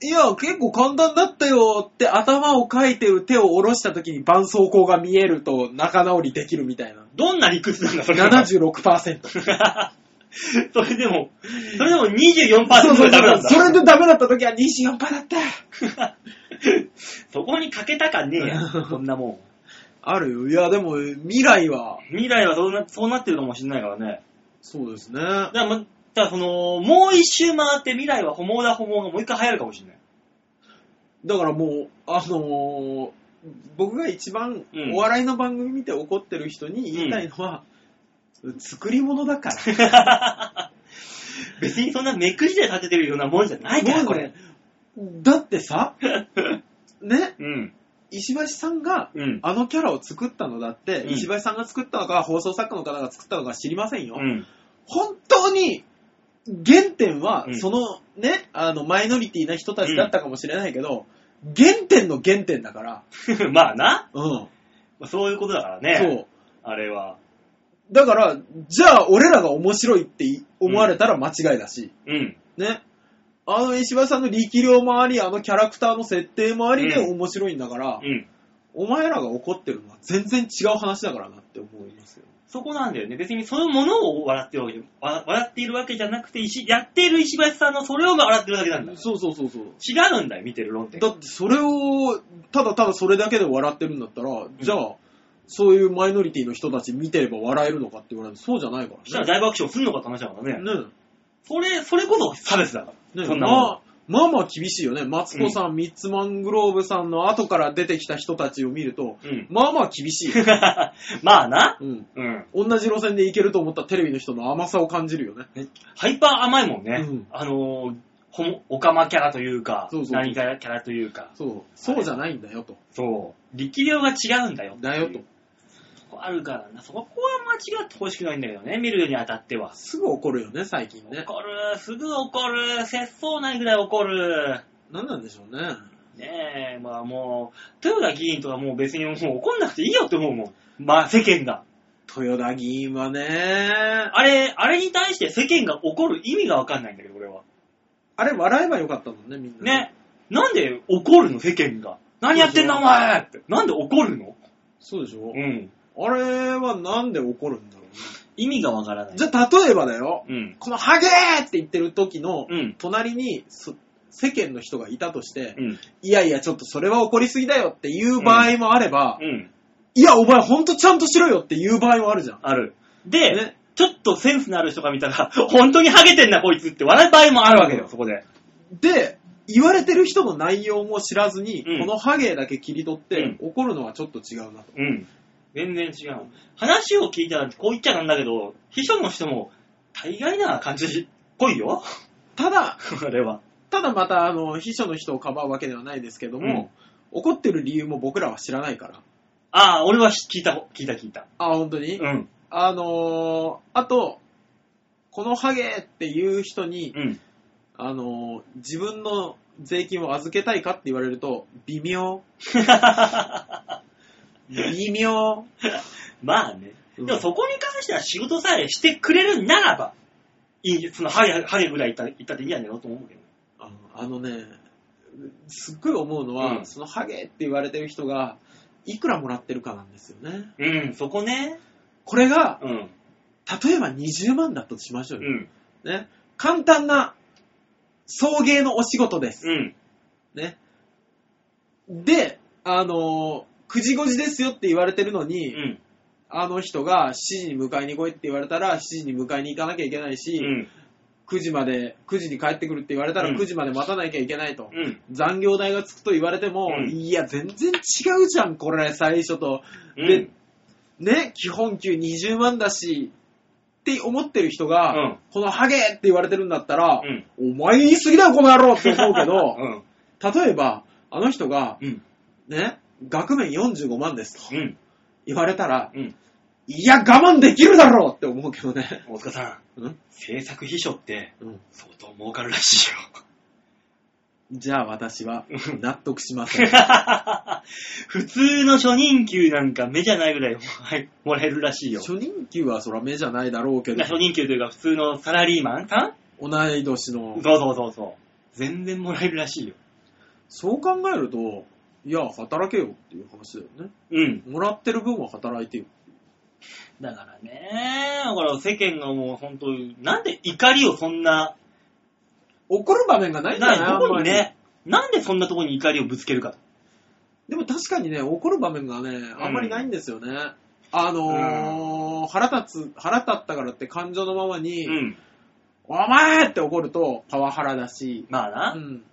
Speaker 3: いや、結構簡単だったよって頭をかいてる手を下ろした時に絆創膏が見えると仲直りできるみたいな。
Speaker 2: どんな理屈なんだ、それは。
Speaker 3: 76%。
Speaker 2: (laughs) それでも、それでも24%パーセ
Speaker 3: そうそう
Speaker 2: ントでダメなんだ。
Speaker 3: それでダメだった時は24%だった。
Speaker 2: (laughs) そこにかけたかねえや、そんなもん。
Speaker 3: あるよ。いや、でも未来は、
Speaker 2: 未来はそうなそうなってるかもしれないからね。
Speaker 3: そうですね。
Speaker 2: だからま、だからその、もう一周回って未来はホモだホモがもう一回流行るかもしれない。
Speaker 3: だからもう、あのー僕が一番
Speaker 2: うん
Speaker 3: お笑いの番組見て怒ってる人に言いたいのは、作り物だ
Speaker 2: (laughs)
Speaker 3: から。
Speaker 2: 別にそんな目くじで立ててるようなもんじゃないから、これ。
Speaker 3: だって
Speaker 2: (laughs)
Speaker 3: さ、ね、
Speaker 2: うん。
Speaker 3: 石橋さんが、
Speaker 2: うん。
Speaker 3: あのキャラを作ったのだって、
Speaker 2: うん
Speaker 3: 石橋さんが作ったのか、放送作家の方が作ったのか知りませんよ。
Speaker 2: うん。 (laughs)
Speaker 3: 本当に、原点は
Speaker 2: う、ん
Speaker 3: そのね、あの、マイノリティな人たちだったかもしれないけど、原点の原点だから、
Speaker 2: まあな。
Speaker 3: うん。
Speaker 2: まあそういうことだからね。
Speaker 3: そう。
Speaker 2: あれは。
Speaker 3: だから、じゃあ俺らが面白いってい思われたら間違いだし、
Speaker 2: うん。
Speaker 3: ね。あの石橋さんの力量もあり、あのキャラクターの設定もありで
Speaker 2: うん
Speaker 3: 面白いんだから、
Speaker 2: うん。
Speaker 3: お前らが怒ってるのは全然違う話だからなって思いますよ。
Speaker 2: そこなんだよね。別にそのものを笑ってるわけじゃ、わ笑っているわけじゃなくて、石やっている石橋さんのそれを笑ってるだけなんだ。
Speaker 3: そうそうそうそう。
Speaker 2: 違うんだよ、見てる論点
Speaker 3: だ。ってそれを、ただただそれだけで笑ってるんだったら、じゃあ、そういうマイノリティの人たち見てれば笑えるのかって言われるとそうじゃないか
Speaker 2: そした
Speaker 3: ら
Speaker 2: ら大爆笑すんのかって話だからね。
Speaker 3: ね。ね
Speaker 2: それ、それこそ差別だか
Speaker 3: ね
Speaker 2: ら。そんなもん
Speaker 3: まあ、まあまあ厳しいよね。マツコさん、ミッツマングローブさんの後から出てきた人たちを見ると、
Speaker 2: うん。 (laughs)
Speaker 3: まあまあ厳しいよ。
Speaker 2: まあな。
Speaker 3: うん。
Speaker 2: うん。
Speaker 3: 同じ路線でいけると思ったテレビの人の甘さを感じるよね。
Speaker 2: ハイパー甘いもんね。
Speaker 3: うん
Speaker 2: あのー、ほも、オカマキャラというか、
Speaker 3: そうそうそう
Speaker 2: 何かキャラというか、
Speaker 3: そう。そうじゃないんだよと。
Speaker 2: そう。力量が違うんだよ。
Speaker 3: だよと。。
Speaker 2: そこあるからな。そこは間違ってほしくないんだけどね、見るにあたっては。
Speaker 3: すぐ怒るよね、最近ね。
Speaker 2: 怒る、すぐ怒る、節操ないぐらい怒る。
Speaker 3: 何なんでしょうね。
Speaker 2: ねえ、まあもう、豊田議員とはもう別にもう怒んなくていいよって思うもん。まあ世間が。
Speaker 3: 豊田議員はね、
Speaker 2: あれ、あれに対して世間が怒る意味がわかんないんだけど、俺は。
Speaker 3: あれ笑えばよかったもんね、みんな。
Speaker 2: ね。なんで怒るの、世間が。何やってんだ、お前って。なんで怒るの
Speaker 3: そうでしょ、
Speaker 2: うん。
Speaker 3: あれはなんで怒るんだろうね。
Speaker 2: 意味がわからない。
Speaker 3: じゃあ、例えばだよ。
Speaker 2: うん。
Speaker 3: このハゲーって言ってる時の
Speaker 2: うん
Speaker 3: 隣にそ世間の人がいたとして、
Speaker 2: うん。
Speaker 3: いやいやちょっとそれは怒りすぎだよっていう場合もあれば、
Speaker 2: うん。
Speaker 3: いやお前ほんとちゃんとしろよっていう場合もあるじゃん。
Speaker 2: ある。で、
Speaker 3: ね
Speaker 2: ちょっとセンスのある人が見たら、本当にハゲてんな、こいつって笑う場合もあるわけよ、そこで。
Speaker 3: で、言われてる人の内容も知らずに、
Speaker 2: う
Speaker 3: こ
Speaker 2: ん
Speaker 3: のハゲだけ切り取って、
Speaker 2: う
Speaker 3: 怒るのはちょっと違うなと。
Speaker 2: うん。全然違う。話を聞いたら、こう言っちゃなんだけど、秘書の人も、大概な感じ、ぽいよ。 (laughs)
Speaker 3: ただ、
Speaker 2: あれは。
Speaker 3: ただまた、あの、秘書の人をかばうわけではないですけども、怒ってる理由も僕らは知らないから。
Speaker 2: ああ、俺は聞いた、聞いた、聞いた。
Speaker 3: あ、本当に、
Speaker 2: うん。
Speaker 3: あのーあと、このハゲっていう人に、
Speaker 2: うん。
Speaker 3: あのー自分の税金を預けたいかって言われると、微
Speaker 2: (laughs)
Speaker 3: 妙。微妙。
Speaker 2: まあね。
Speaker 3: うん
Speaker 2: でもそこに関しては仕事さえしてくれるならば、いい、そのハゲ、ハゲぐらいいったいったっていいやねろと思うけど。
Speaker 3: あのあのね、すっごい思うのは、
Speaker 2: うん
Speaker 3: そのハゲって言われてる人が、いくらもらってるかなんですよね。
Speaker 2: うん、そこね。
Speaker 3: これが、
Speaker 2: うん。
Speaker 3: 例えば20万だとしましょ
Speaker 2: う
Speaker 3: うよ。
Speaker 2: ん。
Speaker 3: ね。簡単な、送迎のお仕事です。
Speaker 2: うん。
Speaker 3: ね。で、あのー、9時5時ですよって言われてるの
Speaker 2: う
Speaker 3: に、
Speaker 2: ん。
Speaker 3: あの人が7時に迎えに来いって言われたら、7時に迎えに行かなきゃいけないし、
Speaker 2: うん。
Speaker 3: 9時まで、9時に帰ってくるって言われたら
Speaker 2: うん
Speaker 3: 9時まで待たなきゃいけないと。
Speaker 2: うん。
Speaker 3: 残業代がつくと言われても、
Speaker 2: うん
Speaker 3: いや、全然違うじゃん、これ、最初と。
Speaker 2: うん
Speaker 3: で、ね、基本給20万だし、って思ってる人が、
Speaker 2: うん
Speaker 3: このハゲって言われてるんだったら、
Speaker 2: うん
Speaker 3: お前言い過ぎだよ、この野郎って思うけど、
Speaker 2: (laughs) うん。
Speaker 3: 例えば、あの人が、
Speaker 2: うん。
Speaker 3: ね、額面45万ですと
Speaker 2: うん。
Speaker 3: 言われたら、
Speaker 2: うん。
Speaker 3: いや、我慢できるだろうって思うけどね。 (laughs)
Speaker 2: 大塚さん、
Speaker 3: うん
Speaker 2: 制作秘書って
Speaker 3: うん
Speaker 2: 相当儲かるらしいよ。
Speaker 3: じゃあ私は
Speaker 2: うん
Speaker 3: 納得しません。
Speaker 2: (laughs) 普通の初任給なんか目じゃないぐらいはいもらえるら (laughs) しいよ。
Speaker 3: 初任給はそら目じゃないだろうけど、
Speaker 2: 初任給というか普通のサラリーマンさん
Speaker 3: 同い年の
Speaker 2: そうそうそうそう。全然もらえるらしいよ。
Speaker 3: そう考えると、いや、働けよっていう話だよね。
Speaker 2: うん。
Speaker 3: もらってる分は働いてよ。
Speaker 2: だからね、だから世間がもう本当になんで怒りをそんな、
Speaker 3: 怒る場面がないんだ
Speaker 2: な
Speaker 3: よ
Speaker 2: い
Speaker 3: ね。
Speaker 2: どこ
Speaker 3: あんま
Speaker 2: に
Speaker 3: り。
Speaker 2: ね、なんでそんなとこに怒りをぶつけるか。
Speaker 3: でも確かにね、怒る場面がね、あんまりないんですよね。あのー、腹立つ、腹立ったからって感情のまま
Speaker 2: う
Speaker 3: に、
Speaker 2: ん。
Speaker 3: お前って怒るとパワハラだし、
Speaker 2: まあな。
Speaker 3: うん。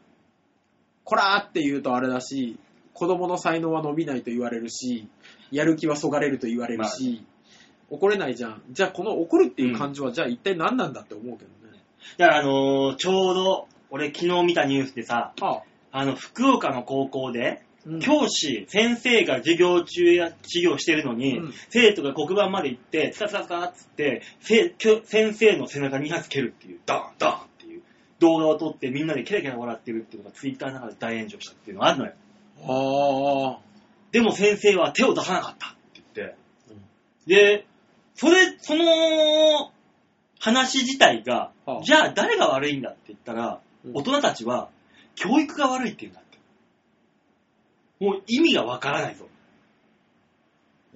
Speaker 3: こらーって言うとあれだし、子供の才能は伸びないと言われるし、やる気はそがれると言われるし、怒れないじゃん。じゃあこの怒るっていう感情は、じゃあ一体何なんだって思うけどね。
Speaker 2: だからあのーちょうど、俺昨日見たニュースでさ、
Speaker 3: ああ、
Speaker 2: あの、福岡の高校で、
Speaker 3: うん
Speaker 2: 教師、先生が授業中や授業してるのに、
Speaker 3: うん
Speaker 2: 生徒が黒板まで行って、つかつかつかっつって、せ教先生の背中2発蹴るっていう、ドーンドーンっていう動画を撮ってみんなでキラキラ笑ってるっていうのがツイッターの中で大炎上したっていうのがあるのよ。
Speaker 3: ああ、
Speaker 2: でも先生は手を出さなかったって言って
Speaker 3: うん。
Speaker 2: で、それ、その話自体が、
Speaker 3: はあ
Speaker 2: じゃあ誰が悪いんだって言ったら、
Speaker 3: うん
Speaker 2: 大人たちは教育が悪いって言うんだって。もう意味がわからないぞ。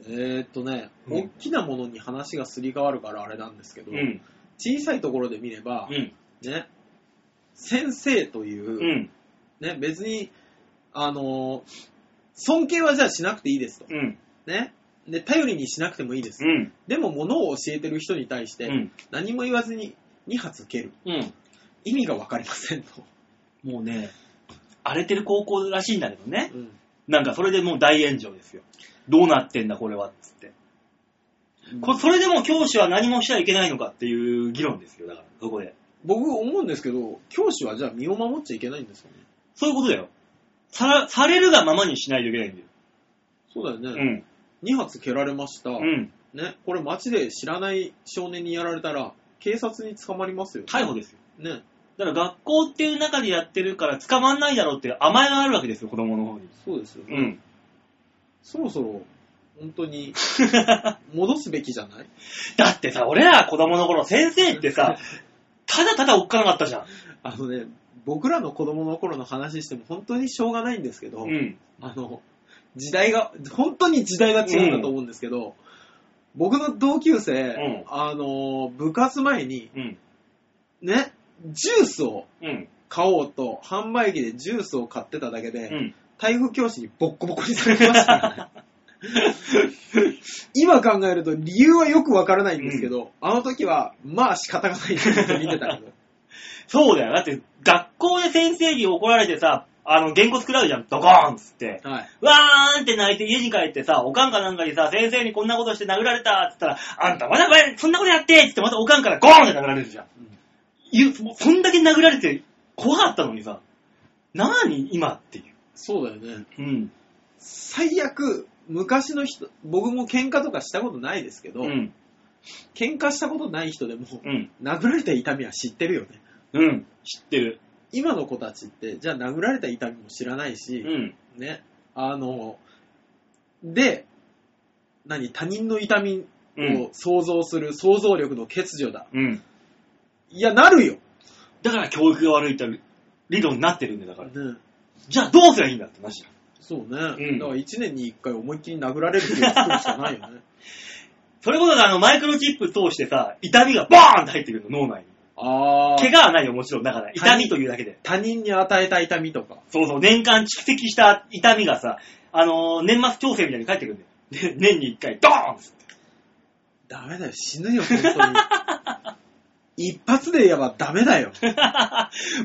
Speaker 3: えーっとね、
Speaker 2: うん
Speaker 3: 大きなものに話がすり替わるからあれなんですけど、
Speaker 2: うん。
Speaker 3: 小さいところで見れば
Speaker 2: う、ん。
Speaker 3: ね、先生というう、
Speaker 2: ん。
Speaker 3: ね、別に、あのー尊敬はじゃあしなくていいですと。
Speaker 2: うん。
Speaker 3: ね。で、頼りにしなくてもいいです。
Speaker 2: うん。
Speaker 3: でも、物を教えてる人に対し
Speaker 2: う
Speaker 3: て、
Speaker 2: ん。
Speaker 3: 何も言わずに2発受ける。
Speaker 2: うん。
Speaker 3: 意味がわかりませんと。
Speaker 2: もうね、荒れてる高校らしいんだけどね。
Speaker 3: うん
Speaker 2: なんかそれでもう大炎上ですよ。どうなってんだこれは、つって。こそれでも教師は何もしちゃいけないのかっていう議論ですよ、だから、そこで。
Speaker 3: 僕思うんですけど、教師はじゃあ身を守っちゃいけないんですよね。
Speaker 2: そういうことだよ。さら、されるがままにしないといけないんだよ。
Speaker 3: そうだよね。
Speaker 2: うん。
Speaker 3: 2発蹴られました、
Speaker 2: うん。
Speaker 3: ね、これ街で知らない少年にやられたら警察に捕まりますよ、
Speaker 2: 逮捕ですよ。
Speaker 3: ね、
Speaker 2: だから学校っていう中でやってるから捕まんないだろうって甘えがあるわけですよ、子供の方に。
Speaker 3: そうですよ、
Speaker 2: うん。
Speaker 3: そろそろ、本当 (laughs) に、戻すべきじゃない
Speaker 2: だってさ、俺ら子供の頃先生ってさ、ただただおっかなかったじゃん。
Speaker 3: あのね、僕らの子供の頃の話しても本当にしょうがないんですけど、
Speaker 2: うん。
Speaker 3: あの、時代が、本当に時代が違うんだと思うんですけど、僕の同級生、
Speaker 2: ん
Speaker 3: あの、部活前に、
Speaker 2: うん。
Speaker 3: ね、ジュースを
Speaker 2: うん。
Speaker 3: 買おうと、販売機でジュースを買ってただけで、
Speaker 2: うん。
Speaker 3: 体育教師にボッコボコにされてましたからね。 (laughs) 今考えると理由はよくわからないんですけど、あの時は、まあ仕方がないって見てたけど。 (laughs)
Speaker 2: そうだよ。だって、学校で先生に怒られてさ、あの、原稿作られるじゃん。ドコーンっつって。
Speaker 3: はい。
Speaker 2: わーんって泣いて家に帰ってさ、おかんかなんかにさ、先生にこんなことして殴られたって言ったら、あんたまだこれ、そんなことやってって言ってまたおかんからゴーンって殴られるじゃん。
Speaker 3: うん
Speaker 2: 言う、もうそんだけ殴られて怖かったのにさ、なーに今っていう。
Speaker 3: そうだよね。
Speaker 2: うん。
Speaker 3: 最悪、昔の人、僕も喧嘩とかしたことないですけど、
Speaker 2: うん。
Speaker 3: 喧嘩したことない人でも、
Speaker 2: うん。
Speaker 3: 殴られた痛みは知ってるよね。
Speaker 2: うん。知ってる。
Speaker 3: 今の子たちって、じゃあ殴られた痛みも知らないうし、
Speaker 2: ん。
Speaker 3: ね。あの、で、何、他人の痛み
Speaker 2: うん
Speaker 3: を。想像する想像力の欠如だ。
Speaker 2: うん。
Speaker 3: いや、なるよ。
Speaker 2: だから教育が悪いって理論になってるんだよだから。
Speaker 3: ね、
Speaker 2: じゃあどうすりゃいいんだって話だよ
Speaker 3: そうね。
Speaker 2: うん
Speaker 3: だから1年に1回思いっきり殴られるっていう作るしかない
Speaker 2: (laughs)
Speaker 3: よね。
Speaker 2: それこそあの、マイクロチップ通してさ、痛みがボーンって入ってくるの、脳内に。
Speaker 3: あ
Speaker 2: 怪
Speaker 3: ー。
Speaker 2: 我はないよ、もちろん。だから、痛みというだけで。
Speaker 3: 他人に与えた痛みとか。
Speaker 2: そうそう、年間蓄積した痛みがさ、あのー年末調整みたいに返ってくるんだよ。で年に一回、ドーンっつって
Speaker 3: ダメだよ、死ぬよ、本当に。一発で言えばダメだよ。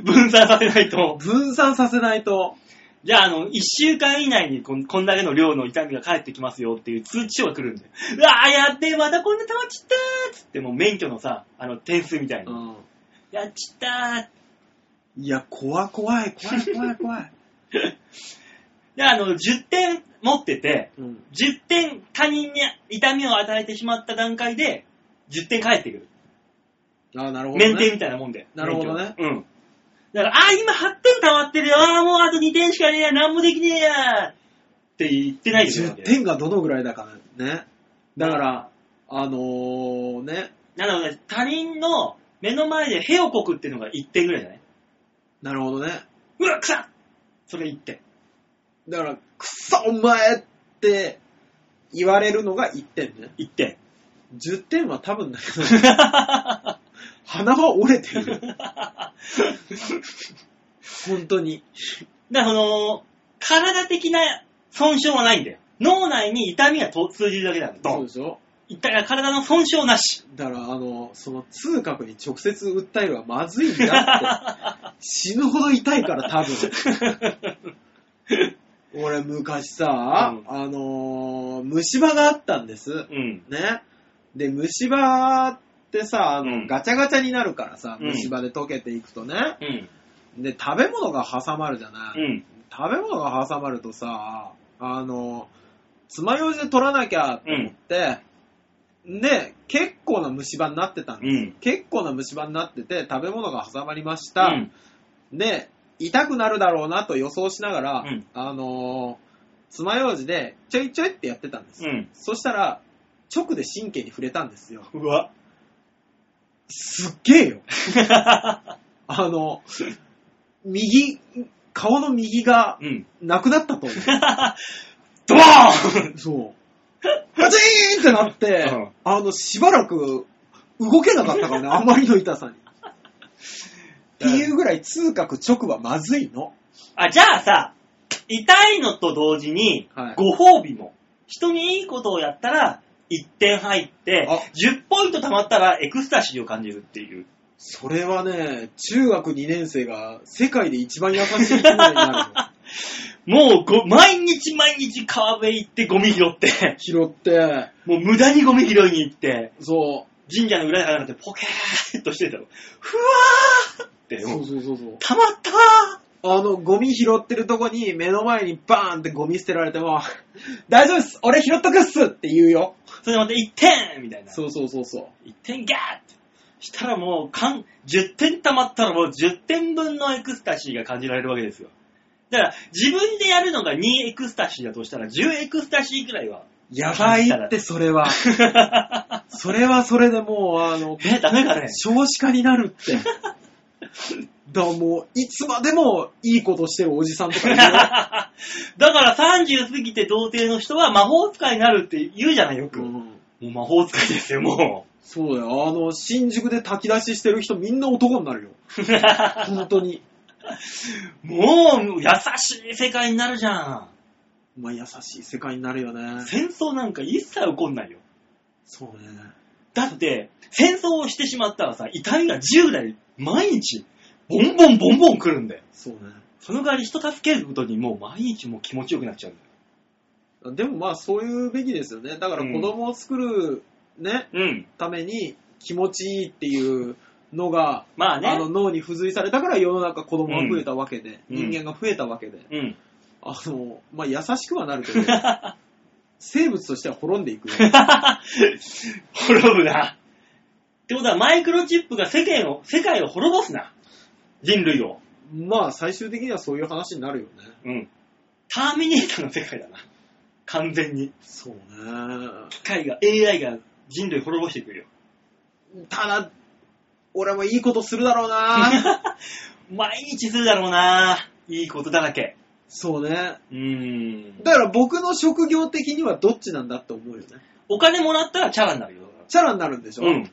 Speaker 2: 分散させないと。
Speaker 3: 分散させないと。
Speaker 2: じゃあ、あの、一週間以内にこんこんだけの量の痛みが返ってきますよっていう通知書が来るんだよ。うわー、やっべえ、またこんな溜まっちったーっつって、もう免許のさ、あの、点数みたいに。
Speaker 3: うん。
Speaker 2: やっちったー。
Speaker 3: いや、怖い怖い、怖い怖い怖
Speaker 2: (laughs)
Speaker 3: い。
Speaker 2: で、あの、10点持ってて、
Speaker 3: うん。
Speaker 2: 10点他人に痛みを与えてしまった段階で、10点返ってくる。
Speaker 3: あーなるほど、ね。
Speaker 2: 免停みたいなもんで。
Speaker 3: なるほどね
Speaker 2: 免許うん。だから、あー、今8点溜まってるよ。あー、もうあと2点しかねえや。なんもできねえや。って言ってないですよ。
Speaker 3: 10点がどのぐらいだかね。だから、あのー、ね。
Speaker 2: なので、他人の目の前で屁をこくっていうのが1点ぐらいじゃない
Speaker 3: なるほどね。
Speaker 2: うわ、くさそれ1点。
Speaker 3: だから、くそお前って言われるのが1点ね。
Speaker 2: 1点。
Speaker 3: 10点は多分だけど、鼻は折れてる。本当に。
Speaker 2: だから、その、体的な損傷はないんだよ。脳内に痛みがと通じるだけなんだ。
Speaker 3: そう
Speaker 2: ドン
Speaker 3: でしょ
Speaker 2: 一体体の損傷なし。
Speaker 3: だから、あの、その痛覚に直接訴えるはまずいんだって。死ぬほど痛いから多分。俺昔さ、
Speaker 2: うん
Speaker 3: あのー虫歯があったんです。
Speaker 2: うん。
Speaker 3: ね。で、虫歯ってさ、あの、
Speaker 2: うん
Speaker 3: ガチャガチャになるからさ、
Speaker 2: うん
Speaker 3: 虫歯で溶けていくとね。
Speaker 2: うん。
Speaker 3: で、食べ物が挟まるじゃない、
Speaker 2: うん。
Speaker 3: 食べ物が挟まるとさ、あの、爪楊枝で取らなきゃって思って、で、結構な虫歯になってたんです、
Speaker 2: うん
Speaker 3: 結構な虫歯になってて、食べ物が挟まりまし
Speaker 2: う
Speaker 3: た。
Speaker 2: ん。
Speaker 3: で、痛くなるだろうなと予想しながら、
Speaker 2: うん
Speaker 3: あのー、爪楊枝でちょいちょいってやってたんです。
Speaker 2: うん。
Speaker 3: そしたら、直で神経に触れたんですよ。
Speaker 2: うわ。
Speaker 3: すっげえ
Speaker 2: (laughs)
Speaker 3: よ。あの、右、顔の右が
Speaker 2: うん。
Speaker 3: なくなったと思
Speaker 2: (laughs) ドーン
Speaker 3: う。そう。パチーンってなって、
Speaker 2: うん
Speaker 3: あの、しばらく動けなかったからね、あまりの痛
Speaker 2: (laughs)
Speaker 3: さに。っていうぐらい痛覚直はまずいの。
Speaker 2: あ、じゃあさ、痛いのと同時に、
Speaker 3: はい
Speaker 2: ご褒美も。人にいいことをやったら、1点入って
Speaker 3: あ、
Speaker 2: 10ポイント貯まったらエクスタシーを感じるっていう。
Speaker 3: それはね、中学2年生が世界で一番優しい気分にな
Speaker 2: もうご、毎日毎日川辺行ってゴミ拾って、
Speaker 3: るよ。拾って、
Speaker 2: もう無駄にゴミ拾いに行って、
Speaker 3: そ
Speaker 2: 神社の裏でなんてポケーっとしてたの。ふわーって、
Speaker 3: う。
Speaker 2: も
Speaker 3: そううそうそうそう。
Speaker 2: 溜まったー
Speaker 3: あの、ゴミ拾ってるとこに目の前にバーンってゴミ捨てられても、大丈夫っす俺拾っとくっすって言うよ。
Speaker 2: それでまた1点みたいな。
Speaker 3: そうそうそうそう。
Speaker 2: 1点ギャーって。したらもう、かん、10点溜まったらもう10点分のエクスタシーが感じられるわけですよ。だから、自分でやるのが2エクスタシーだとしたら、10エクスタシーくらいは。
Speaker 3: やばいって、そ (laughs) れは。それはそれでもう、あの、
Speaker 2: え、ダメ
Speaker 3: (laughs)
Speaker 2: かね
Speaker 3: 少子化になる (laughs) って。だからもう、いつまでもいいことしてるおじさんとかいるよ。
Speaker 2: だから30過ぎて童貞の人は魔法使いになるって言うじゃないよく。
Speaker 3: う
Speaker 2: も
Speaker 3: ん
Speaker 2: う魔法使いですよ、もう。
Speaker 3: そうだよ。あの、新宿で炊き出ししてる人みんな男になる
Speaker 2: (laughs)
Speaker 3: よ。本当に。
Speaker 2: もう優しい世界になるじゃ
Speaker 3: まあ優しい世界になるよね
Speaker 2: ん。。戦争なんか一切起こんないよ。
Speaker 3: そうね。
Speaker 2: だって、戦争をしてしまったらさ、痛みが10代毎日、ボンボンボンボン来るんだよ。
Speaker 3: そうね。
Speaker 2: その代わり人助けることにもう毎日もう気持ちよくなっちゃうんだよ。
Speaker 3: でもまあそういうべきですよね。だから子供を作る、ね、
Speaker 2: うん。
Speaker 3: ために気持ちいいっていうのが、
Speaker 2: まあ
Speaker 3: あの
Speaker 2: ね。
Speaker 3: 脳に付随されたから世の中子供が増えたわけで、
Speaker 2: うん
Speaker 3: 人間が増えたわけで、
Speaker 2: うん。
Speaker 3: あの、まあ優しくはなるけど、生物としては滅んでいくよ。
Speaker 2: (laughs) (laughs) 滅ぶな。ってことはマイクロチップが世間を、世界を滅ぼすな。人類を。
Speaker 3: まあ最終的にはそういう話になるよね。
Speaker 2: うん。ターミネーターの世界だな。完全に。
Speaker 3: そうね。
Speaker 2: 機械が、AI が人類滅ぼしてくるよ。
Speaker 3: ただ、俺もいいことするだろうな
Speaker 2: (laughs) 毎日するだろうな。いいことだらけ。
Speaker 3: (laughs) そうね。
Speaker 2: うーん。
Speaker 3: だから僕の職業的にはどっちなんだって思うよね。
Speaker 2: お金もらったらチャラになるよ。
Speaker 3: チャラになるんでしょ、 (laughs)
Speaker 2: うん。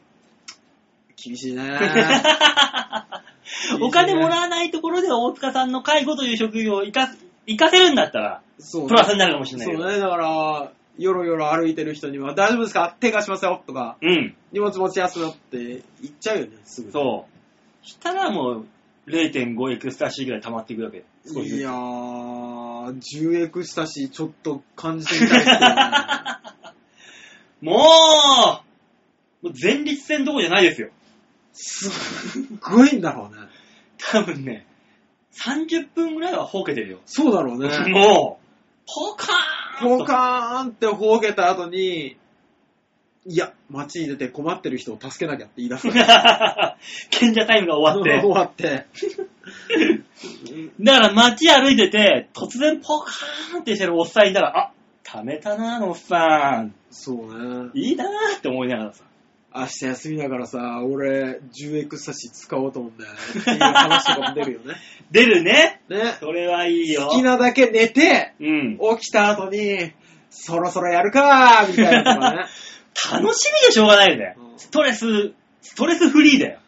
Speaker 3: 厳しいね。
Speaker 2: (laughs) お金もらわないところで大塚さんの介護という職業を生かす、生かせるんだったら、
Speaker 3: そうね
Speaker 2: プラスになるかもしれない
Speaker 3: そ
Speaker 2: け
Speaker 3: う
Speaker 2: ど。
Speaker 3: ね。だから、よろよろ歩いてる人には、大丈夫ですか手貸しますよとか、
Speaker 2: うん。
Speaker 3: 荷物持ちやすよって言っちゃうよね、すぐ。
Speaker 2: そう。したらもう、0.5エクスタシーぐらい溜まっていくわけ。少しずつ
Speaker 3: いやー、10エクスタシーちょっと感じてみたいですね。
Speaker 2: (laughs) もう、もう前立腺どころじゃないですよ。
Speaker 3: すっごいんだろうね。
Speaker 2: 多分ね、30分ぐらいはほうけてるよ。
Speaker 3: そうだろうね。
Speaker 2: もう、ポカーン (laughs) と
Speaker 3: ポカーンってほうけた後に、いや、街に出て困ってる人を助けなきゃって言い出す。
Speaker 2: 賢者タイムが終わっ
Speaker 3: (laughs)
Speaker 2: て
Speaker 3: 終。わって。
Speaker 2: だから街歩いてて、突然ポカーンってしてるおっさんいたら、あ、貯めたな、あのおっさん。
Speaker 3: そうね。
Speaker 2: いいなーって思いながらさ。
Speaker 3: 明日休みだからさ、俺、10エクスタシー使おうと思うんだよね。っていう話とかも出るよ
Speaker 2: (laughs)
Speaker 3: ね。
Speaker 2: 出るね。
Speaker 3: ね。
Speaker 2: それはいいよ
Speaker 3: 好。きなだけ寝て、
Speaker 2: うん。
Speaker 3: 起きた後に、そろそろやるかーみたいなのが
Speaker 2: (laughs)
Speaker 3: ね。
Speaker 2: 楽しみでしょうがないよね。
Speaker 3: うん
Speaker 2: ストレス、ストレスフリーだよ。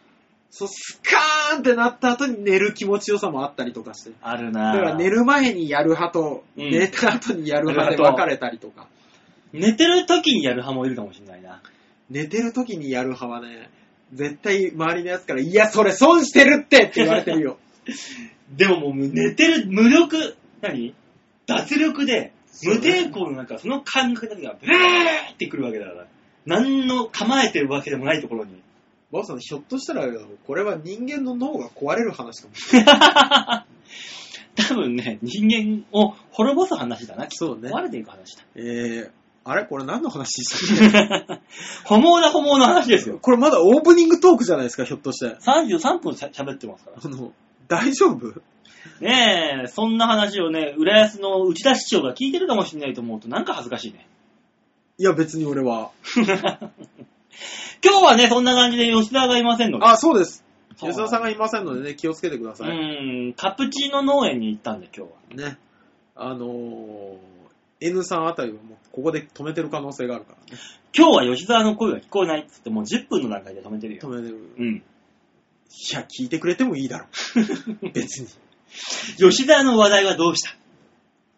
Speaker 3: そう、スカーンってなった後に寝る気持ちよさもあったりとかして。
Speaker 2: あるな
Speaker 3: だから寝る前にやる派と、
Speaker 2: うん
Speaker 3: 寝た後にやる派で分かれたりとか。
Speaker 2: 寝てる時にやる派もいるかもしれないな。
Speaker 3: 寝てる時にやる派はね、絶対周りのやつから、いや、それ損してるってって言われてる (laughs) よ。
Speaker 2: でももう寝てる無力、何脱力で、
Speaker 3: そう
Speaker 2: 無
Speaker 3: ね
Speaker 2: 抵抗の中、その感覚だけがブレーってくるわけだから。何の構えてるわけでもないところに。
Speaker 3: バオさん、ひょっとしたらだけど、これは人間の脳が壊れる話かもしれ
Speaker 2: 多分ね、人間を滅ぼす話だな。
Speaker 3: そうね
Speaker 2: 壊れていく話だ。 (laughs)
Speaker 3: ない。えー、あれこれ何の話で (laughs) したっ
Speaker 2: ほもうだほもうの話です
Speaker 3: け
Speaker 2: よ。
Speaker 3: これまだオープニングトークじゃないですか、ひょっとして。
Speaker 2: 33分しゃ喋ってますから。
Speaker 3: あの、大丈夫
Speaker 2: ねえ、そんな話をね、浦安の内田市長が聞いてるかもしれないと思うとなんか恥ずかしいね。
Speaker 3: いや、別に俺は。
Speaker 2: 今日はね、そんな感じで吉田がいませんので。
Speaker 3: あ、そうです。
Speaker 2: そう
Speaker 3: 吉田さんがいませんのでね、気をつけてくだ
Speaker 2: う
Speaker 3: さい。
Speaker 2: ーん、カプチーノ農園に行ったんで今日は。
Speaker 3: ね。あのー、N さんあたりはもうここで止めてる可能性があるからね。
Speaker 2: 今日は吉沢の声が聞こえないっつってもう10分の段階で止めてるよ。
Speaker 3: 止めてる。
Speaker 2: うん。
Speaker 3: いや、聞いてくれてもいい (laughs) だろう。別に。
Speaker 2: 吉沢の話題はどうした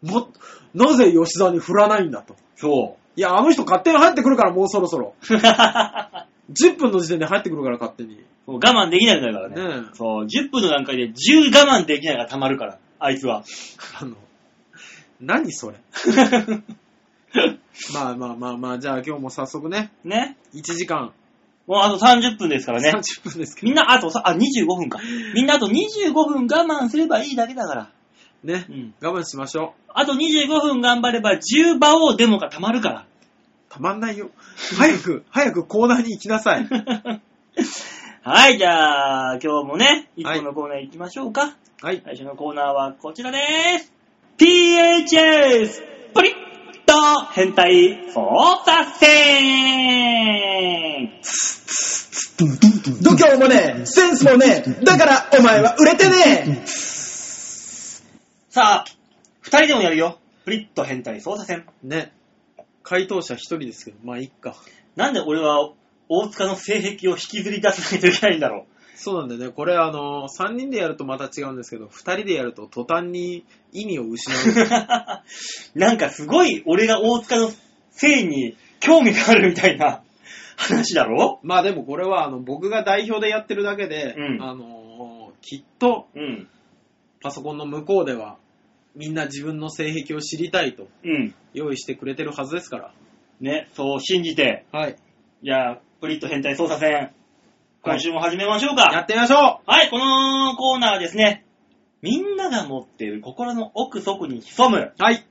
Speaker 3: も、なぜ吉沢に振らないんだと。
Speaker 2: そ
Speaker 3: いや、あの人勝手に入ってくるから、もうそろそ
Speaker 2: (laughs)
Speaker 3: ろ。
Speaker 2: う。
Speaker 3: 10分の時点で入ってくるから、勝手に。
Speaker 2: もう我慢できなくなるからね。
Speaker 3: ねえ。
Speaker 2: そう、10分の段階で10我慢できないが溜まるから、あいつは。 (laughs)
Speaker 3: あの、何それ。まあまあまあまあ、じゃあ今日も早速ね、
Speaker 2: ね。
Speaker 3: 1時間、
Speaker 2: もうあと30分ですからね。
Speaker 3: 30分ですけ
Speaker 2: みんなあとさ、あ、25分か。みんなあと25分我慢すればいいだけだから。
Speaker 3: ど、ね
Speaker 2: う、ん。
Speaker 3: 我慢しましょ
Speaker 2: あと25分頑張れば10馬王デモが溜まるから。
Speaker 3: う。
Speaker 2: (laughs)
Speaker 3: たまんないよ。早く、早くコーナーに行きなさい。
Speaker 2: はい、じゃあ、今日もね、いつものコーナー行きましょうか。
Speaker 3: はい。
Speaker 2: 最初のコーナーはこちらでーす。THS! プリッと変態操作戦
Speaker 4: 度胸もねえ、センスも
Speaker 2: (laughs)
Speaker 4: ねえ、だからお前は売れてねえ
Speaker 2: さあ、二人でもやるよ。プリッと変態操作戦。
Speaker 3: ね。回答者一人ですけど、まあ、いっか。
Speaker 2: なんで俺は大塚の性癖を引きずり出さないといけないんだろ
Speaker 3: そうなんでね、これあの、3人でやるとまた違うんですけど、2人でやると途端に意味を失
Speaker 2: う。
Speaker 3: (laughs) う。
Speaker 2: (laughs) なんかすごい俺が大塚の性に興味があるみたいな話だろ
Speaker 3: まあでもこれはあの僕が代表でやってるだけで、
Speaker 2: うん
Speaker 3: あの、きっと
Speaker 2: うん。
Speaker 3: パソコンの向こうでは、みんな自分の性癖を知りたいと
Speaker 2: うん。
Speaker 3: 用意してくれてるはずですから。
Speaker 2: ね、そう信じて。
Speaker 3: はい。
Speaker 2: じゃあ、プリッと変態操作戦、今週も始めましょうか。
Speaker 3: やってみましょ
Speaker 2: はい、このコーナーはですね、みんなが持っている心の奥底に潜む、
Speaker 3: うはい。
Speaker 2: ち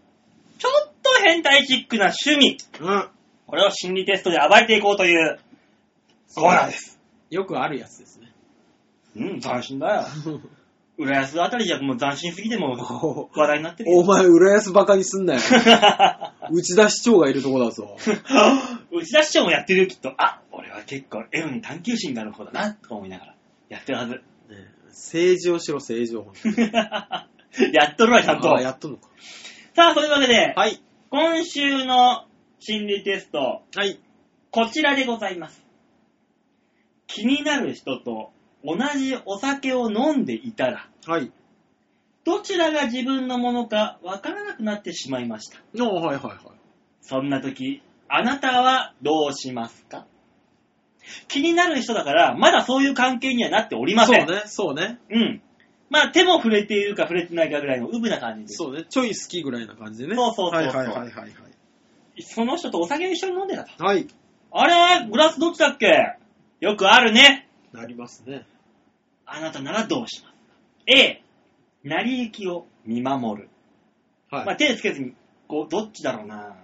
Speaker 2: ょっと変態チックな趣味、
Speaker 3: うん。
Speaker 2: これを心理テストで暴いていこうというコーナーです。
Speaker 3: よくあるやつですね。
Speaker 2: うん、斬新だよ。浦安あたりじゃもう斬新すぎても話題になってる
Speaker 3: (laughs)
Speaker 2: よ。
Speaker 3: お
Speaker 2: (laughs)
Speaker 3: 前、浦安バカにすんな (laughs) よ。内田市長がいるとこだぞ。
Speaker 2: 内田市長もやってるよ、きっと。あ、俺は結構エロに探求心がある方だな、とか思いながら。やってるはず。
Speaker 3: ね政治をしろ、政治を。
Speaker 2: (laughs) やっとるわ、ちゃんと。
Speaker 3: (laughs) あやっとんのか。
Speaker 2: さあ、というわけで、
Speaker 3: はい。
Speaker 2: 今週の心理テスト、
Speaker 3: はい。
Speaker 2: こちらでございます。気になる人と同じお酒を飲んでいたら、
Speaker 3: はい。
Speaker 2: どちらが自分のものかわからなくなってしまいました。
Speaker 3: おーはいはいはい。
Speaker 2: そんな時、あなたはどうしますか気になる人だから、まだそういう関係にはなっておりません。
Speaker 3: そうね、そうね。
Speaker 2: うん。まあ、手も触れているか触れてないかぐらいのウブな感じです。
Speaker 3: そうね。ちょい好きぐらいな感じでね。
Speaker 2: そうそうそうそう
Speaker 3: はいはいはいはいはい。
Speaker 2: その人とお酒を一緒に飲んでたと。
Speaker 3: はい。
Speaker 2: あれグラスどっちだっけよくあるね。
Speaker 3: なりますね。
Speaker 2: あなたならどうしますか ?A、成り行きを見守る。
Speaker 3: はい。
Speaker 2: まあ、手つけずに、こう、どっちだろうな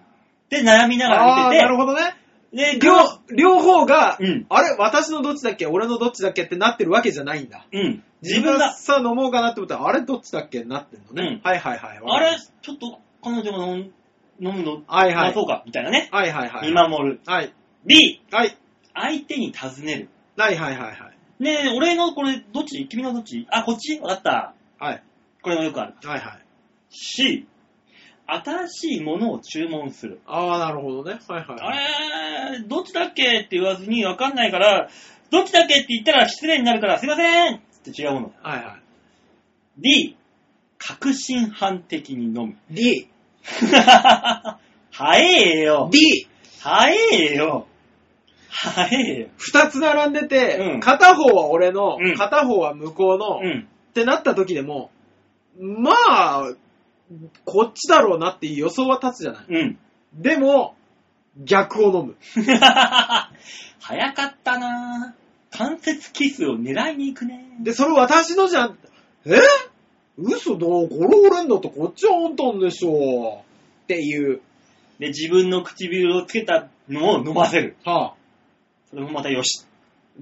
Speaker 2: で、悩みなが
Speaker 3: あ
Speaker 2: ら
Speaker 3: あー、
Speaker 2: 見て
Speaker 3: なるほどね。
Speaker 2: て、で、
Speaker 3: 両
Speaker 2: 両、、
Speaker 3: 両方が、
Speaker 2: うん
Speaker 3: あれ私のどっちだっけ俺のどっちだっけってなってるわけじゃないんだ。
Speaker 2: うん、自分が、
Speaker 3: さ、飲もうかなって思ったら、あれどっちだっけになってんのね。はいはいはい。
Speaker 2: あれ、ちょっと彼女が飲ん飲むの、
Speaker 3: はいはい
Speaker 2: あそうか、みたいなね。
Speaker 3: はいはいはい。
Speaker 2: 見。守る。
Speaker 3: はい。
Speaker 2: B、
Speaker 3: はい。
Speaker 2: 相手に尋ねる。
Speaker 3: はいはいはいはい。
Speaker 2: ねえ、俺のこれ、どっち君のどっちあ、こっちわかった。
Speaker 3: はい。
Speaker 2: これもよくある。
Speaker 3: はいはい。
Speaker 2: C、新しいものを注文する。
Speaker 3: ああ、なるほどね。はいはい。
Speaker 2: あれどっちだっけって言わずに分かんないから、どっちだっけって言ったら失礼になるから、すいませんって違うの。
Speaker 3: はいはい。
Speaker 2: D、確信犯的に (laughs) 飲む。
Speaker 3: D。
Speaker 2: はえよ。
Speaker 3: D。
Speaker 2: はえよ。はえよ。
Speaker 3: 二つ並んでて、
Speaker 2: うん
Speaker 3: 片方は俺の、
Speaker 2: うん
Speaker 3: 片方は向こうの、
Speaker 2: う
Speaker 3: っ
Speaker 2: ん。
Speaker 3: てなった時でも、まあ、こっちだろうなっていう予想は立つじゃない。
Speaker 2: うん。 (laughs)
Speaker 3: でも、逆を飲む。
Speaker 2: 早かったな関節キスを狙いに行くね。
Speaker 3: で、それ私のじゃん。え嘘だ、これ俺んだってこっちはあんたんでしょっていう。
Speaker 2: で、自分の唇をつけたのを飲ませる。
Speaker 3: はあ、
Speaker 2: それもまたよし。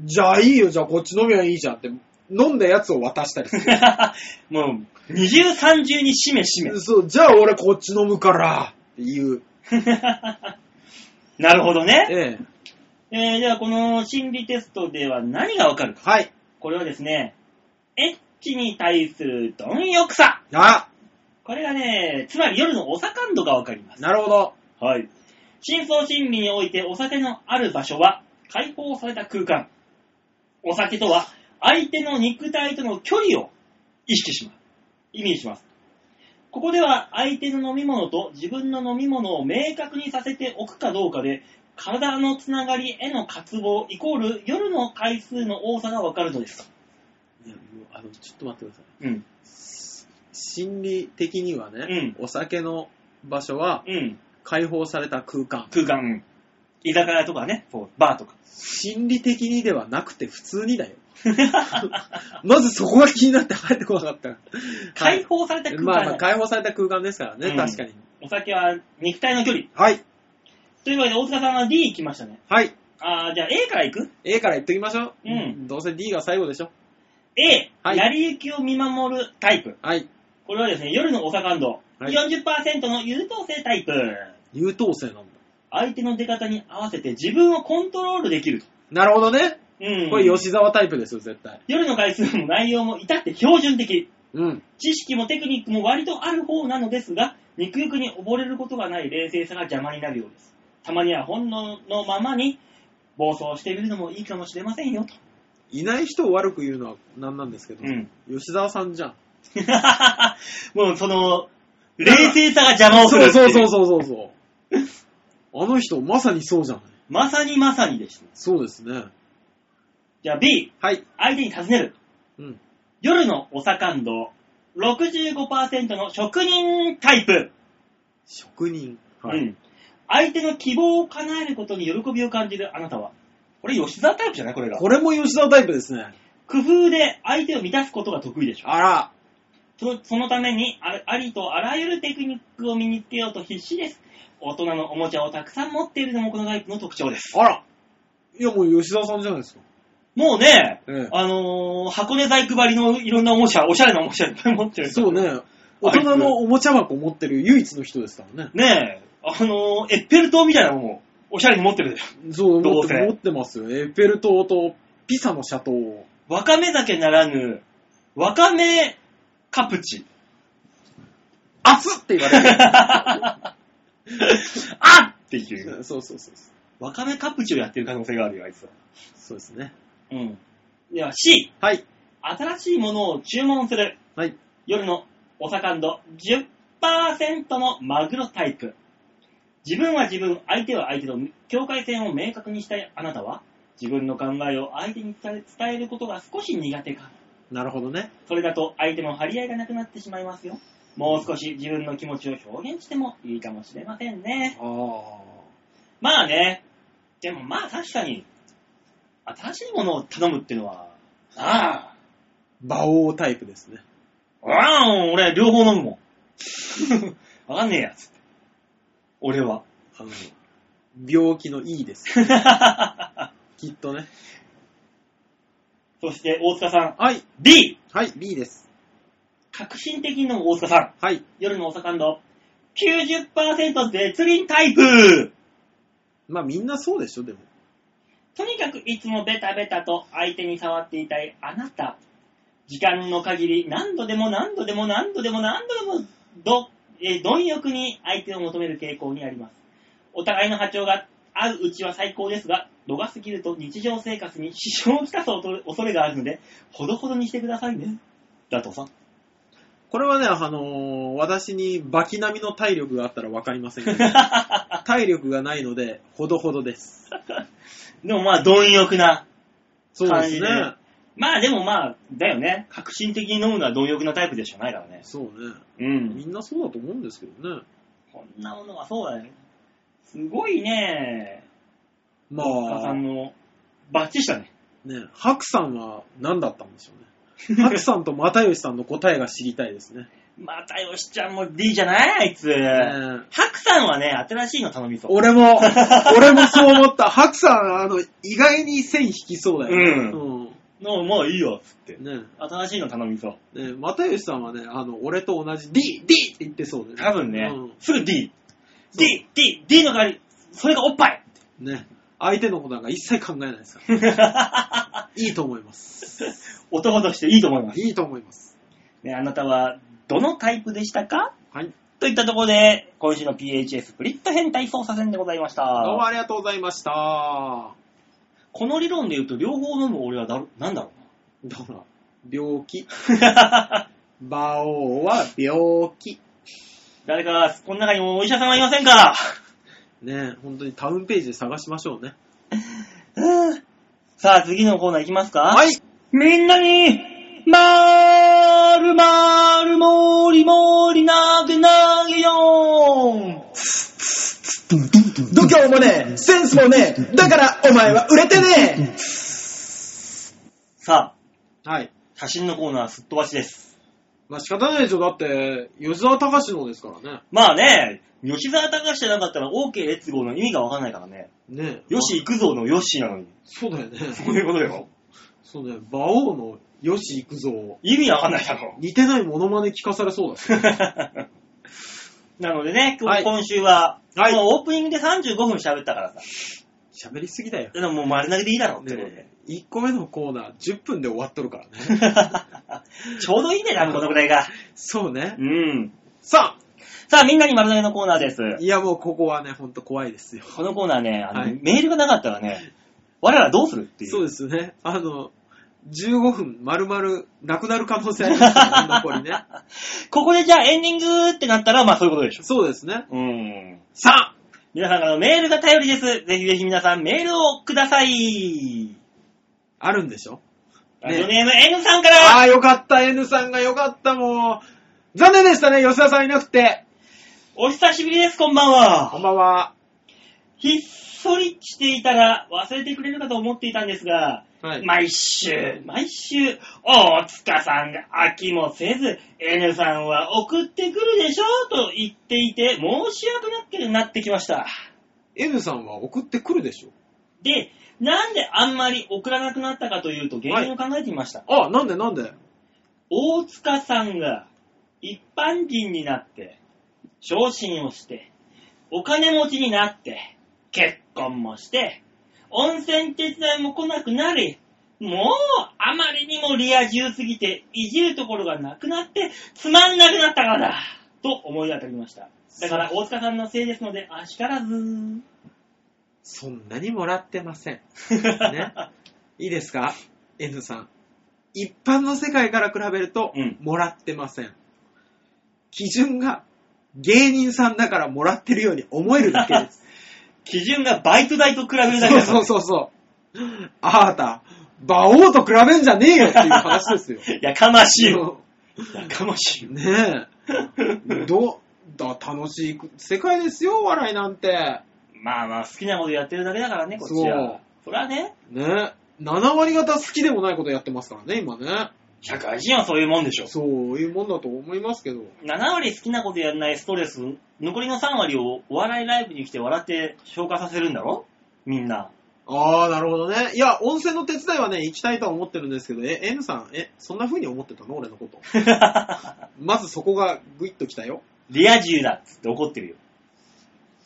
Speaker 3: じゃあいいよ、じゃあこっち飲みはいいじゃんって、飲んだやつを渡したりす
Speaker 2: (laughs) もう、二重三重にしめしめ
Speaker 3: る。。そう、じゃあ俺こっち飲むからっていう。
Speaker 2: (laughs) なるほどね。
Speaker 3: ええ。
Speaker 2: えー、ではこの心理テストでは何がわかるか。
Speaker 3: はい。
Speaker 2: これはですね、エッチに対する貪欲さ。
Speaker 3: あ、
Speaker 2: これがね、つまり夜のお酒度がわかります。
Speaker 3: なるほど。
Speaker 2: はい。深層心理においてお酒のある場所は解放された空間。お酒とは相手の肉体との距離を意識します。意味します。ここでは相手の飲み物と自分の飲み物を明確にさせておくかどうかで、体のつながりへの渇望イコール夜の回数の多さがわかるのです。
Speaker 3: あの、ちょっと待ってください。
Speaker 2: うん。
Speaker 3: 心理的にはね、お酒の場所は
Speaker 2: うん。
Speaker 3: 解放された空間。
Speaker 2: 空間。居酒屋とかね、そうバーとか。 (laughs)
Speaker 3: 心理的にではなくて普通にだよ。まずそこが気になって入ってこなかった。
Speaker 2: 解放された空間、
Speaker 3: まあまあ解放された空間ですからね、
Speaker 2: うん
Speaker 3: 確かに。
Speaker 2: お酒は肉体の距離。
Speaker 3: はい。
Speaker 2: というわけで、大塚さんは D 行きましたね。
Speaker 3: はい。
Speaker 2: あー、じゃあ A からいく
Speaker 3: A から言っときましょう。
Speaker 2: うん
Speaker 3: どうせ D が最後でしょ。
Speaker 2: ?A、
Speaker 3: はい
Speaker 2: 成り行きを見守るタイプ。
Speaker 3: はい。
Speaker 2: これはですね、夜のお酒感度、
Speaker 3: はい
Speaker 2: 40%の優等生タイプ。
Speaker 3: 優等生なんだ。
Speaker 2: 相手の出方に合わせて自分をコントロールできると。
Speaker 3: なるほどね。
Speaker 2: うん。
Speaker 3: これ吉沢タイプですよ、絶対。
Speaker 2: 夜の回数も内容も至って標準的。
Speaker 3: うん。
Speaker 2: 知識もテクニックも割とある方なのですが、肉欲に溺れることがない冷静さが邪魔になるようです。たまには本能のままに暴走してみるのもいいかもしれませんよと。
Speaker 3: いない人を悪く言うのはなんなんですけど、
Speaker 2: うん。
Speaker 3: 吉沢さんじゃん。
Speaker 2: (laughs) もうその、冷静さが邪魔をする
Speaker 3: そう
Speaker 2: ってい
Speaker 3: そうそうそうそうそう。あの人、まさにそうじゃない。
Speaker 2: まさにまさにでした。
Speaker 3: そうですね。
Speaker 2: じゃあ B、
Speaker 3: はい。
Speaker 2: 相手に尋ねる。
Speaker 3: うん。
Speaker 2: 夜のお酒んど65%の職人タイプ。
Speaker 3: 職人。
Speaker 2: う。ん。相手の希望を叶えることに喜びを感じるあなたは。これ吉沢タイプじゃないこれが。
Speaker 3: これも吉沢タイプですね。
Speaker 2: 工夫で相手を満たすことが得意でしょ。
Speaker 3: あら。
Speaker 2: そそのためにあありとあらゆるテクニックを身につけようと必死です。大人のおもちゃをたくさん持っているのもこのタイプの特徴です。
Speaker 3: あら。いや、もう吉沢さんじゃないですか。
Speaker 2: もうね、
Speaker 3: え
Speaker 2: あのー箱根細工張りのいろんなおもちゃ、おしゃれなおもちゃいっぱい持ってる。
Speaker 3: そう。ね。大人のおもちゃ箱持ってる唯一の人ですからね。
Speaker 2: ねえ、あのーエッフェル塔みたいなのもおしゃれに持ってるでしょ。
Speaker 3: そう、
Speaker 2: ど
Speaker 3: 持
Speaker 2: う
Speaker 3: っ
Speaker 2: せ
Speaker 3: て持ってますよ。エッフェル塔とピサの斜塔を。
Speaker 2: わかめ酒ならぬ、わかめカプチ。
Speaker 3: 熱っって言われる。
Speaker 2: あっってい
Speaker 3: (laughs)
Speaker 2: う。
Speaker 3: そうそうそうそう。
Speaker 2: わかめカプチをやってる可能性があるよ、あいつは。
Speaker 3: そうですね。
Speaker 2: うん。では C。
Speaker 3: はい。
Speaker 2: 新しいものを注文する。
Speaker 3: はい。
Speaker 2: 夜のお酒度10%のマグロタイプ。自分は自分、相手は相手の境界線を明確にしたいあなたは、自分の考えを相手に伝え伝えることが少し苦手か。
Speaker 3: なるほどね。
Speaker 2: それだと相手の張り合いがなくなってしまいますよ。もう少し自分の気持ちを表現してもいいかもしれませんね。
Speaker 3: ああ。
Speaker 2: まあね。でもまあ確かに、新しいものを頼むっていうのは、ああ、
Speaker 3: 馬王タイプですね。
Speaker 2: ああ、俺両方飲むもん。 (laughs) わかんねえやつって。俺 (laughs) は。
Speaker 3: あの、病気の E です。きっとね。
Speaker 2: そして大塚さん。
Speaker 3: はい。
Speaker 2: B!
Speaker 3: はい、B です。
Speaker 2: 革新的の大塚さん。
Speaker 3: はい。
Speaker 2: 夜の大阪の90%絶倫タイプ
Speaker 3: まあみんなそうでしょ、でも。
Speaker 2: とにかくいつもベタベタと相手に触っていたいあなた。時間の限り何度でも何度でも何度でも何度でもど、えー貪欲に相手を求める傾向にあります。お互いの波長が合ううちは最高ですが、度が過ぎると日常生活に支障をきたす恐れがあるので、ほどほどにしてくださいね。だとさ。
Speaker 3: これはね、あのー私にバキ並みの体力があったらわかりません (laughs) けど、体力がないので、ほどほどです。
Speaker 2: でもまあ貪欲な。
Speaker 3: そうです
Speaker 2: 感じ
Speaker 3: ね
Speaker 2: で。まあでもまあ、だよね。革新的に飲むのは貪欲なタイプでしかないからね。
Speaker 3: そうね。
Speaker 2: うん
Speaker 3: みんなそうだと思うんですけどね。
Speaker 2: こんなものはそうだね。すごいね。
Speaker 3: ま
Speaker 2: お母さ
Speaker 3: あ、
Speaker 2: ん
Speaker 3: ね、
Speaker 2: の、バッチしたね。
Speaker 3: 白さんは何だったんでしょうね。白さんと又吉さんの答えが知りたいです (laughs) ね。
Speaker 2: またよしちゃんも D じゃないあいつ。
Speaker 3: ね
Speaker 2: 白さんはね、新しいの頼みそう。
Speaker 3: 俺 (laughs) も、俺もそう思った。白さん、あの、意外に線引きそうだよね。うん。
Speaker 2: の、もういいよ、つって。
Speaker 3: ね
Speaker 2: 新しいの頼みそう。
Speaker 3: え、ね又吉さんはね、あの、俺と同じ D、D って言ってそうだ
Speaker 2: 多
Speaker 3: よね。
Speaker 2: 分ね、
Speaker 3: うん
Speaker 2: すぐ D。
Speaker 3: そう
Speaker 2: D、D、D の代わり、それがおっぱい
Speaker 3: ね。相手のことなんか一切考えないですから。
Speaker 4: (laughs)
Speaker 3: いいと思います。
Speaker 2: 男としていいと思います。
Speaker 3: いいと思います。
Speaker 2: ね、あなたは、どのタイプでしたか
Speaker 3: はい。
Speaker 2: といったところで、今週の PHS プリット変態操作戦でございました。
Speaker 3: どうもありがとうございました。だ
Speaker 2: この理論で言うと、両方飲む俺はだろ、なん (laughs) だろ
Speaker 3: から、病気。
Speaker 2: うな。
Speaker 3: 馬王は病気。
Speaker 2: 誰か、この中にもお医者さんはいませんか (laughs)
Speaker 3: ねえ、本当にタウンページで探しましょうね。
Speaker 2: さあ、次のコーナー行きますか。
Speaker 3: はいい。
Speaker 2: みんなに、まーるまーるもーりもーり投げ投げよー
Speaker 4: 度胸もねえ、センスもねえ、だからお前は売れてねえ。
Speaker 2: さあ、
Speaker 3: はい。
Speaker 2: 写真のコーナーすっ飛ばしです。
Speaker 3: まあ仕方ないでしょ。だって、吉沢隆のですからね。
Speaker 2: まあね、吉沢隆じゃなかったら OK レッツゴーの意味がわかんないからね。
Speaker 3: ねえ
Speaker 2: よし行くぞのよしなのに。
Speaker 3: そうだよ
Speaker 4: (laughs)
Speaker 3: ね。
Speaker 2: そういうことだよ。
Speaker 3: そうだよ。馬王の吉幾三。
Speaker 2: 意味わかんないだろ。 (laughs)
Speaker 3: 似てないモノマネ聞かされそうだし。
Speaker 2: なのでね、今日
Speaker 3: はい
Speaker 2: 今週は、
Speaker 3: はい
Speaker 2: もうオープニングで35分喋ったからさ、
Speaker 3: 喋りすぎだよ。
Speaker 2: でももう丸投げでいいだろうってことで
Speaker 3: ね。え1個目のコーナー10分で終わっとるからね。
Speaker 2: (laughs) ちょうどいいんだよ、多分このくらいが。
Speaker 3: そうね。
Speaker 2: うん。
Speaker 3: さあ、
Speaker 2: さあ、みんなに丸投げのコーナーです。
Speaker 3: いやもうここはね、ほんと怖いですよ。
Speaker 2: このコーナーね、あの
Speaker 3: はい
Speaker 2: メールがなかったらね、我らどうするっていう。
Speaker 3: そうですね。あの、15分丸々なくなる可能性ありますからね、残り (laughs) ね。
Speaker 2: ここでじゃあエンディングってなったら、まあそういうことでしょ。
Speaker 3: そうですね。
Speaker 2: うん。
Speaker 3: さあ、
Speaker 2: 皆さんからのメールが頼りです。ぜひぜひ皆さんメールをください。
Speaker 3: あるんでしょ
Speaker 2: ラジオネーム N さんから
Speaker 3: ああ、よかった、N さんがよかった、もう。残念でしたね、吉田さんいなくて。
Speaker 2: お久しぶりです、こんばん
Speaker 3: こん
Speaker 2: は。
Speaker 3: ばんは。
Speaker 2: ひっそりしていたら忘れてくれるかと思っていたんですが、
Speaker 3: はい。
Speaker 2: 毎週、毎週、大塚さんが飽きもせず、N さんは送ってくるでしょうと言っていて、申し訳なくなってきました。
Speaker 3: N さんは送ってくるでしょ。
Speaker 2: で、なんであんまり送らなくなったかというと原因を考えてみました。
Speaker 3: ああ、なんでなんで
Speaker 2: 大塚さんが一般人になって、昇進をして、お金持ちになって、結婚もして、温泉手伝いも来なくなり、もうあまりにもリア充すぎて、いじるところがなくなって、つまんなくなったからだと思い当たりました。だから大塚さんのせいですので、あしからず。
Speaker 3: そんなにもらってません。ねいいですか ?N さん。一般の世界から比べると
Speaker 2: うん、
Speaker 3: もらってません。基準が、芸人さんだからもらってるように思えるだけです。
Speaker 2: (laughs) 基準がバイト代と比べるだ
Speaker 3: (laughs) そう
Speaker 2: けだから
Speaker 3: そうそうそう。あーた、馬王と比べんじゃねえよっていう話ですよ。
Speaker 2: やかましいよ。やかましいよ。
Speaker 3: ねえ。ど、だ、楽しい世界ですよ、笑いなんて。
Speaker 2: まあまあ、好きなことやってるだけだからね、こっち
Speaker 3: そう
Speaker 2: は。それはね、
Speaker 3: ねえ。7割方好きでもないことやってますからね、今ね。
Speaker 2: 社会人はそういうもんでしょ。
Speaker 3: そういうもんだと思いますけど。
Speaker 2: 7割好きなことやらないストレス、残りの3割をお笑いライブに来て笑って消化させるんだろみんな。
Speaker 3: ああ、なるほどね。いや、温泉の手伝いはね、行きたいとは思ってるんですけど、え、N さん、え、そんな風に思ってたの俺の
Speaker 2: (laughs)
Speaker 3: こと。まずそこがグイッときたよ。
Speaker 2: リア充だっつって怒ってるよ。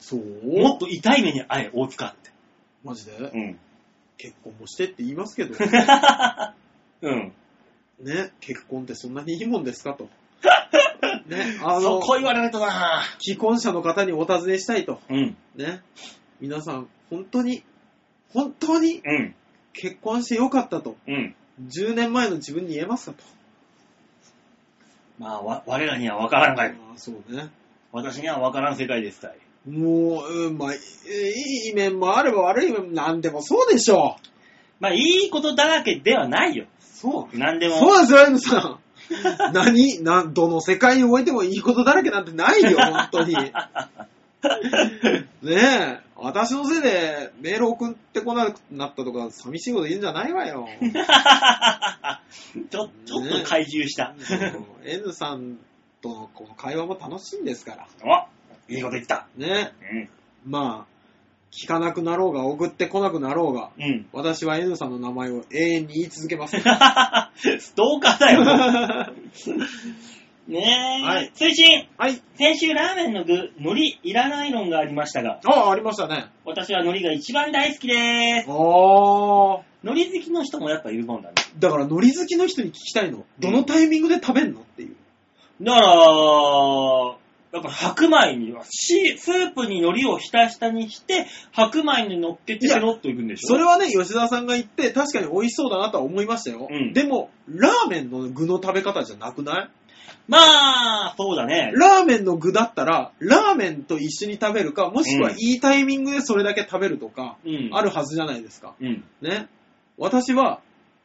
Speaker 3: そう
Speaker 2: もっと痛い目に遭え、大塚って。
Speaker 3: マジで、
Speaker 2: うん。
Speaker 3: 結婚もしてって言います
Speaker 2: (laughs)
Speaker 3: けど、
Speaker 2: うん。
Speaker 3: ね、結婚ってそんなにいいもんです
Speaker 2: (laughs)
Speaker 3: かと。ね、あ
Speaker 2: そ
Speaker 3: の、
Speaker 2: こ言われるとな
Speaker 3: 既婚者の方にお尋ねしたいと。
Speaker 2: うん。
Speaker 3: ね、皆さん、本当に、本当に
Speaker 2: うん。
Speaker 3: 結婚してよかったと。
Speaker 2: うん。
Speaker 3: 10年前の自分に言えますかと。
Speaker 2: まあ、わ我らには分からんかい。
Speaker 3: あーそうね。
Speaker 2: 私には分からん世界ですかい。
Speaker 3: もう、うん、まあ、いいい面もあれば悪い面も何でもそうでしょう。
Speaker 2: まあ、いいことだらけではないよ。
Speaker 3: そう。
Speaker 2: なんでも。
Speaker 3: そうですよ、エムさん。 (laughs) 何なんどの世界においてもいいことだらけなんてないよ、本当に。ねえ、私のせいでメール送ってこなくなったとか、寂しいこと言うんじゃないわ (laughs) よ。
Speaker 2: ちょ、ちょっと怪獣した。
Speaker 3: N さんとのこの会話も楽しいんですから。
Speaker 2: (laughs) おいいこと言った。
Speaker 3: ね
Speaker 2: うん。
Speaker 3: まあ、聞かなくなろうが、送ってこなくなろうが、
Speaker 2: うん。
Speaker 3: 私は N さんの名前を永遠に言い続けます。
Speaker 2: ストーカ
Speaker 3: (laughs)
Speaker 2: ーだよ。ねえ。
Speaker 3: はい
Speaker 2: 推進
Speaker 3: はい。
Speaker 2: 先週ラーメンの具、海苔いらない論がありましたが、
Speaker 3: あ、ありましたね。
Speaker 2: 私は海苔が一番大好きです。
Speaker 3: ああ。
Speaker 2: 海苔好きの人もやっぱいるもんだね。
Speaker 3: だから、海苔好きの人に聞きたいの。どのタイミングで食べんのっていう。
Speaker 2: だから、だから白米には、しスープに海苔をひたひたにして、白米に乗っけて
Speaker 3: いや
Speaker 2: ペロッといくんでしょ
Speaker 3: それはね、吉田さんが言って、確かに美味しそうだなとは思いましたよ。
Speaker 2: うん
Speaker 3: でも、ラーメンの具の食べ方じゃなくない
Speaker 2: まあ、そうだね。
Speaker 3: ラーメンの具だったら、ラーメンと一緒に食べるか、もしくは
Speaker 2: う
Speaker 3: い
Speaker 2: ん
Speaker 3: いタイミングでそれだけ食べるとか、
Speaker 2: うん。
Speaker 3: あるはずじゃないですか。
Speaker 2: うん。
Speaker 3: ね。私は、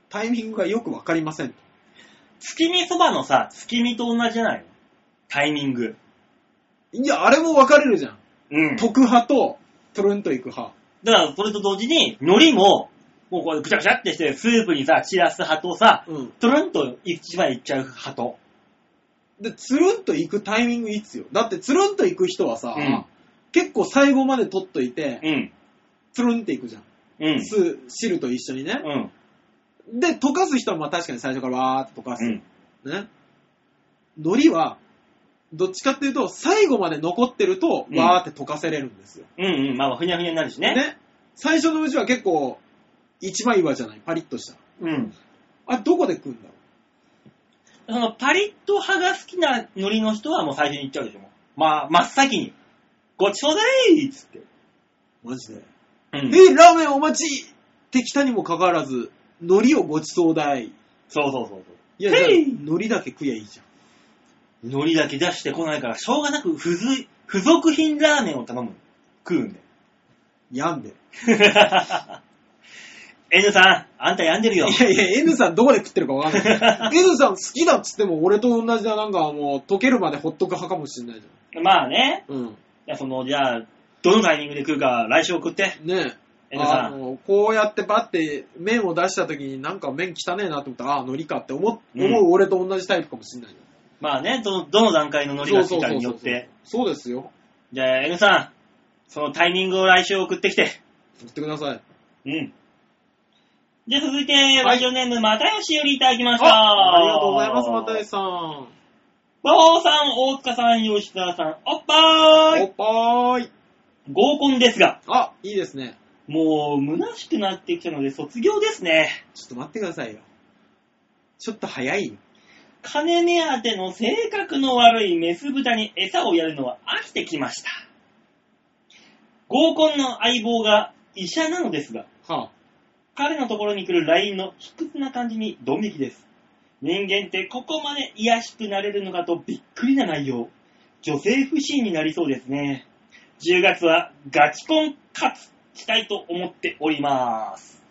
Speaker 3: タイミングがよくわかりません。
Speaker 2: 月見そばのさ、月見と同じじゃないのタイミング。
Speaker 3: いや、あれも分かれるじゃん。
Speaker 2: うんだか
Speaker 3: 特派と、トルンと行く派。
Speaker 2: ら、それと同時に、海苔も、もうこう、ぐちゃぐちゃってして、スープにさ、散らす派とさ、
Speaker 3: うん。
Speaker 2: トロンと一枚いっちゃう派と。
Speaker 3: で、つるんと行くタイミングいつよ。だって、つるんと行く人はさ、
Speaker 2: うん
Speaker 3: 結構最後まで取っといて、
Speaker 2: うん。
Speaker 3: つるんって行くじゃん。
Speaker 2: うん。
Speaker 3: 酢、汁と一緒にね。
Speaker 2: うん。
Speaker 3: で、溶かす人はまあ確かに最初からわーって溶かす。
Speaker 2: うん。
Speaker 3: ね。海苔は、どっちかっていうと、最後まで残ってると、
Speaker 2: うん
Speaker 3: わーって溶かせれるんですよ。
Speaker 2: うん。うん。まあ、ふにゃふにゃになるしね。
Speaker 3: ね。最初のうちは結構、一枚岩じゃない、パリッとした。
Speaker 2: うん。
Speaker 3: あれ、どこで食うんだろ
Speaker 2: その、パリッと派が好きな海苔の人はもう最初に行っちゃうでしょ。もうまあ、真っ先に。ごちそうだいっつって。
Speaker 3: うマジで。
Speaker 2: うん。
Speaker 3: え、ラーメンお待ちって来たにもかかわらず、海苔をごちそうだい。
Speaker 2: そうそうそうそう。
Speaker 3: いや、じゃあ
Speaker 2: へい
Speaker 3: 海苔だけ食えばいいじゃん。
Speaker 2: 海苔だけ出してこないから、しょうがなく付随、付属品ラーメンを頼む。食 (laughs) うんで。
Speaker 3: 病んでる。
Speaker 2: N さん、あんた病んでるよ。
Speaker 3: いやいや、N さんどこで食ってるかわかんない。N (laughs) さん好きだっつっても俺と同じだ、なんかもう溶けるまでほっとく派かもしんないじ
Speaker 2: まあね。
Speaker 3: ゃん。うん。
Speaker 2: いや、その、じゃあ、どのタイミングで食うか、来週送って。
Speaker 3: ねえ。
Speaker 2: N さ
Speaker 3: あ
Speaker 2: ん。
Speaker 3: の、こうやってバッて麺を出した時になんか麺汚ねえなと思ったら、ああ、海苔かって思う、
Speaker 2: うん
Speaker 3: 思う俺と同じタイプかもしんないじ
Speaker 2: まあね、どの、どの段階の
Speaker 3: ゃん。
Speaker 2: 海苔が好きかによって。。
Speaker 3: そうですよ。
Speaker 2: じゃあ、N さん、そのタイミングを来週送ってきて。
Speaker 3: 言ってください。
Speaker 2: うん。じゃあ、続いて、ラジオネーム、またよしよりいただきました。
Speaker 3: あありがとうございます、またえさん。
Speaker 2: 馬王さん、大塚さん、吉田さん、おっぱー
Speaker 3: お
Speaker 2: い
Speaker 3: っぱーい。
Speaker 2: 合コンですが、
Speaker 3: あ、いいですね。
Speaker 2: もう、虚しくなってきたので、卒業ですね。
Speaker 3: ちょっと待ってくださいよ。ちょっと早いよ。
Speaker 2: 金目当ての性格の悪いメス豚に餌をやるのは飽きてきました。合コンの相棒が医者なのですが、
Speaker 3: はあ。
Speaker 2: 彼のところに来る LINE の卑屈な感じにドン引きです。人間ってここまで癒しくなれるのかとびっくりな内容。女性不信になりそうですね。10月はガチコン勝つしたいと思っております。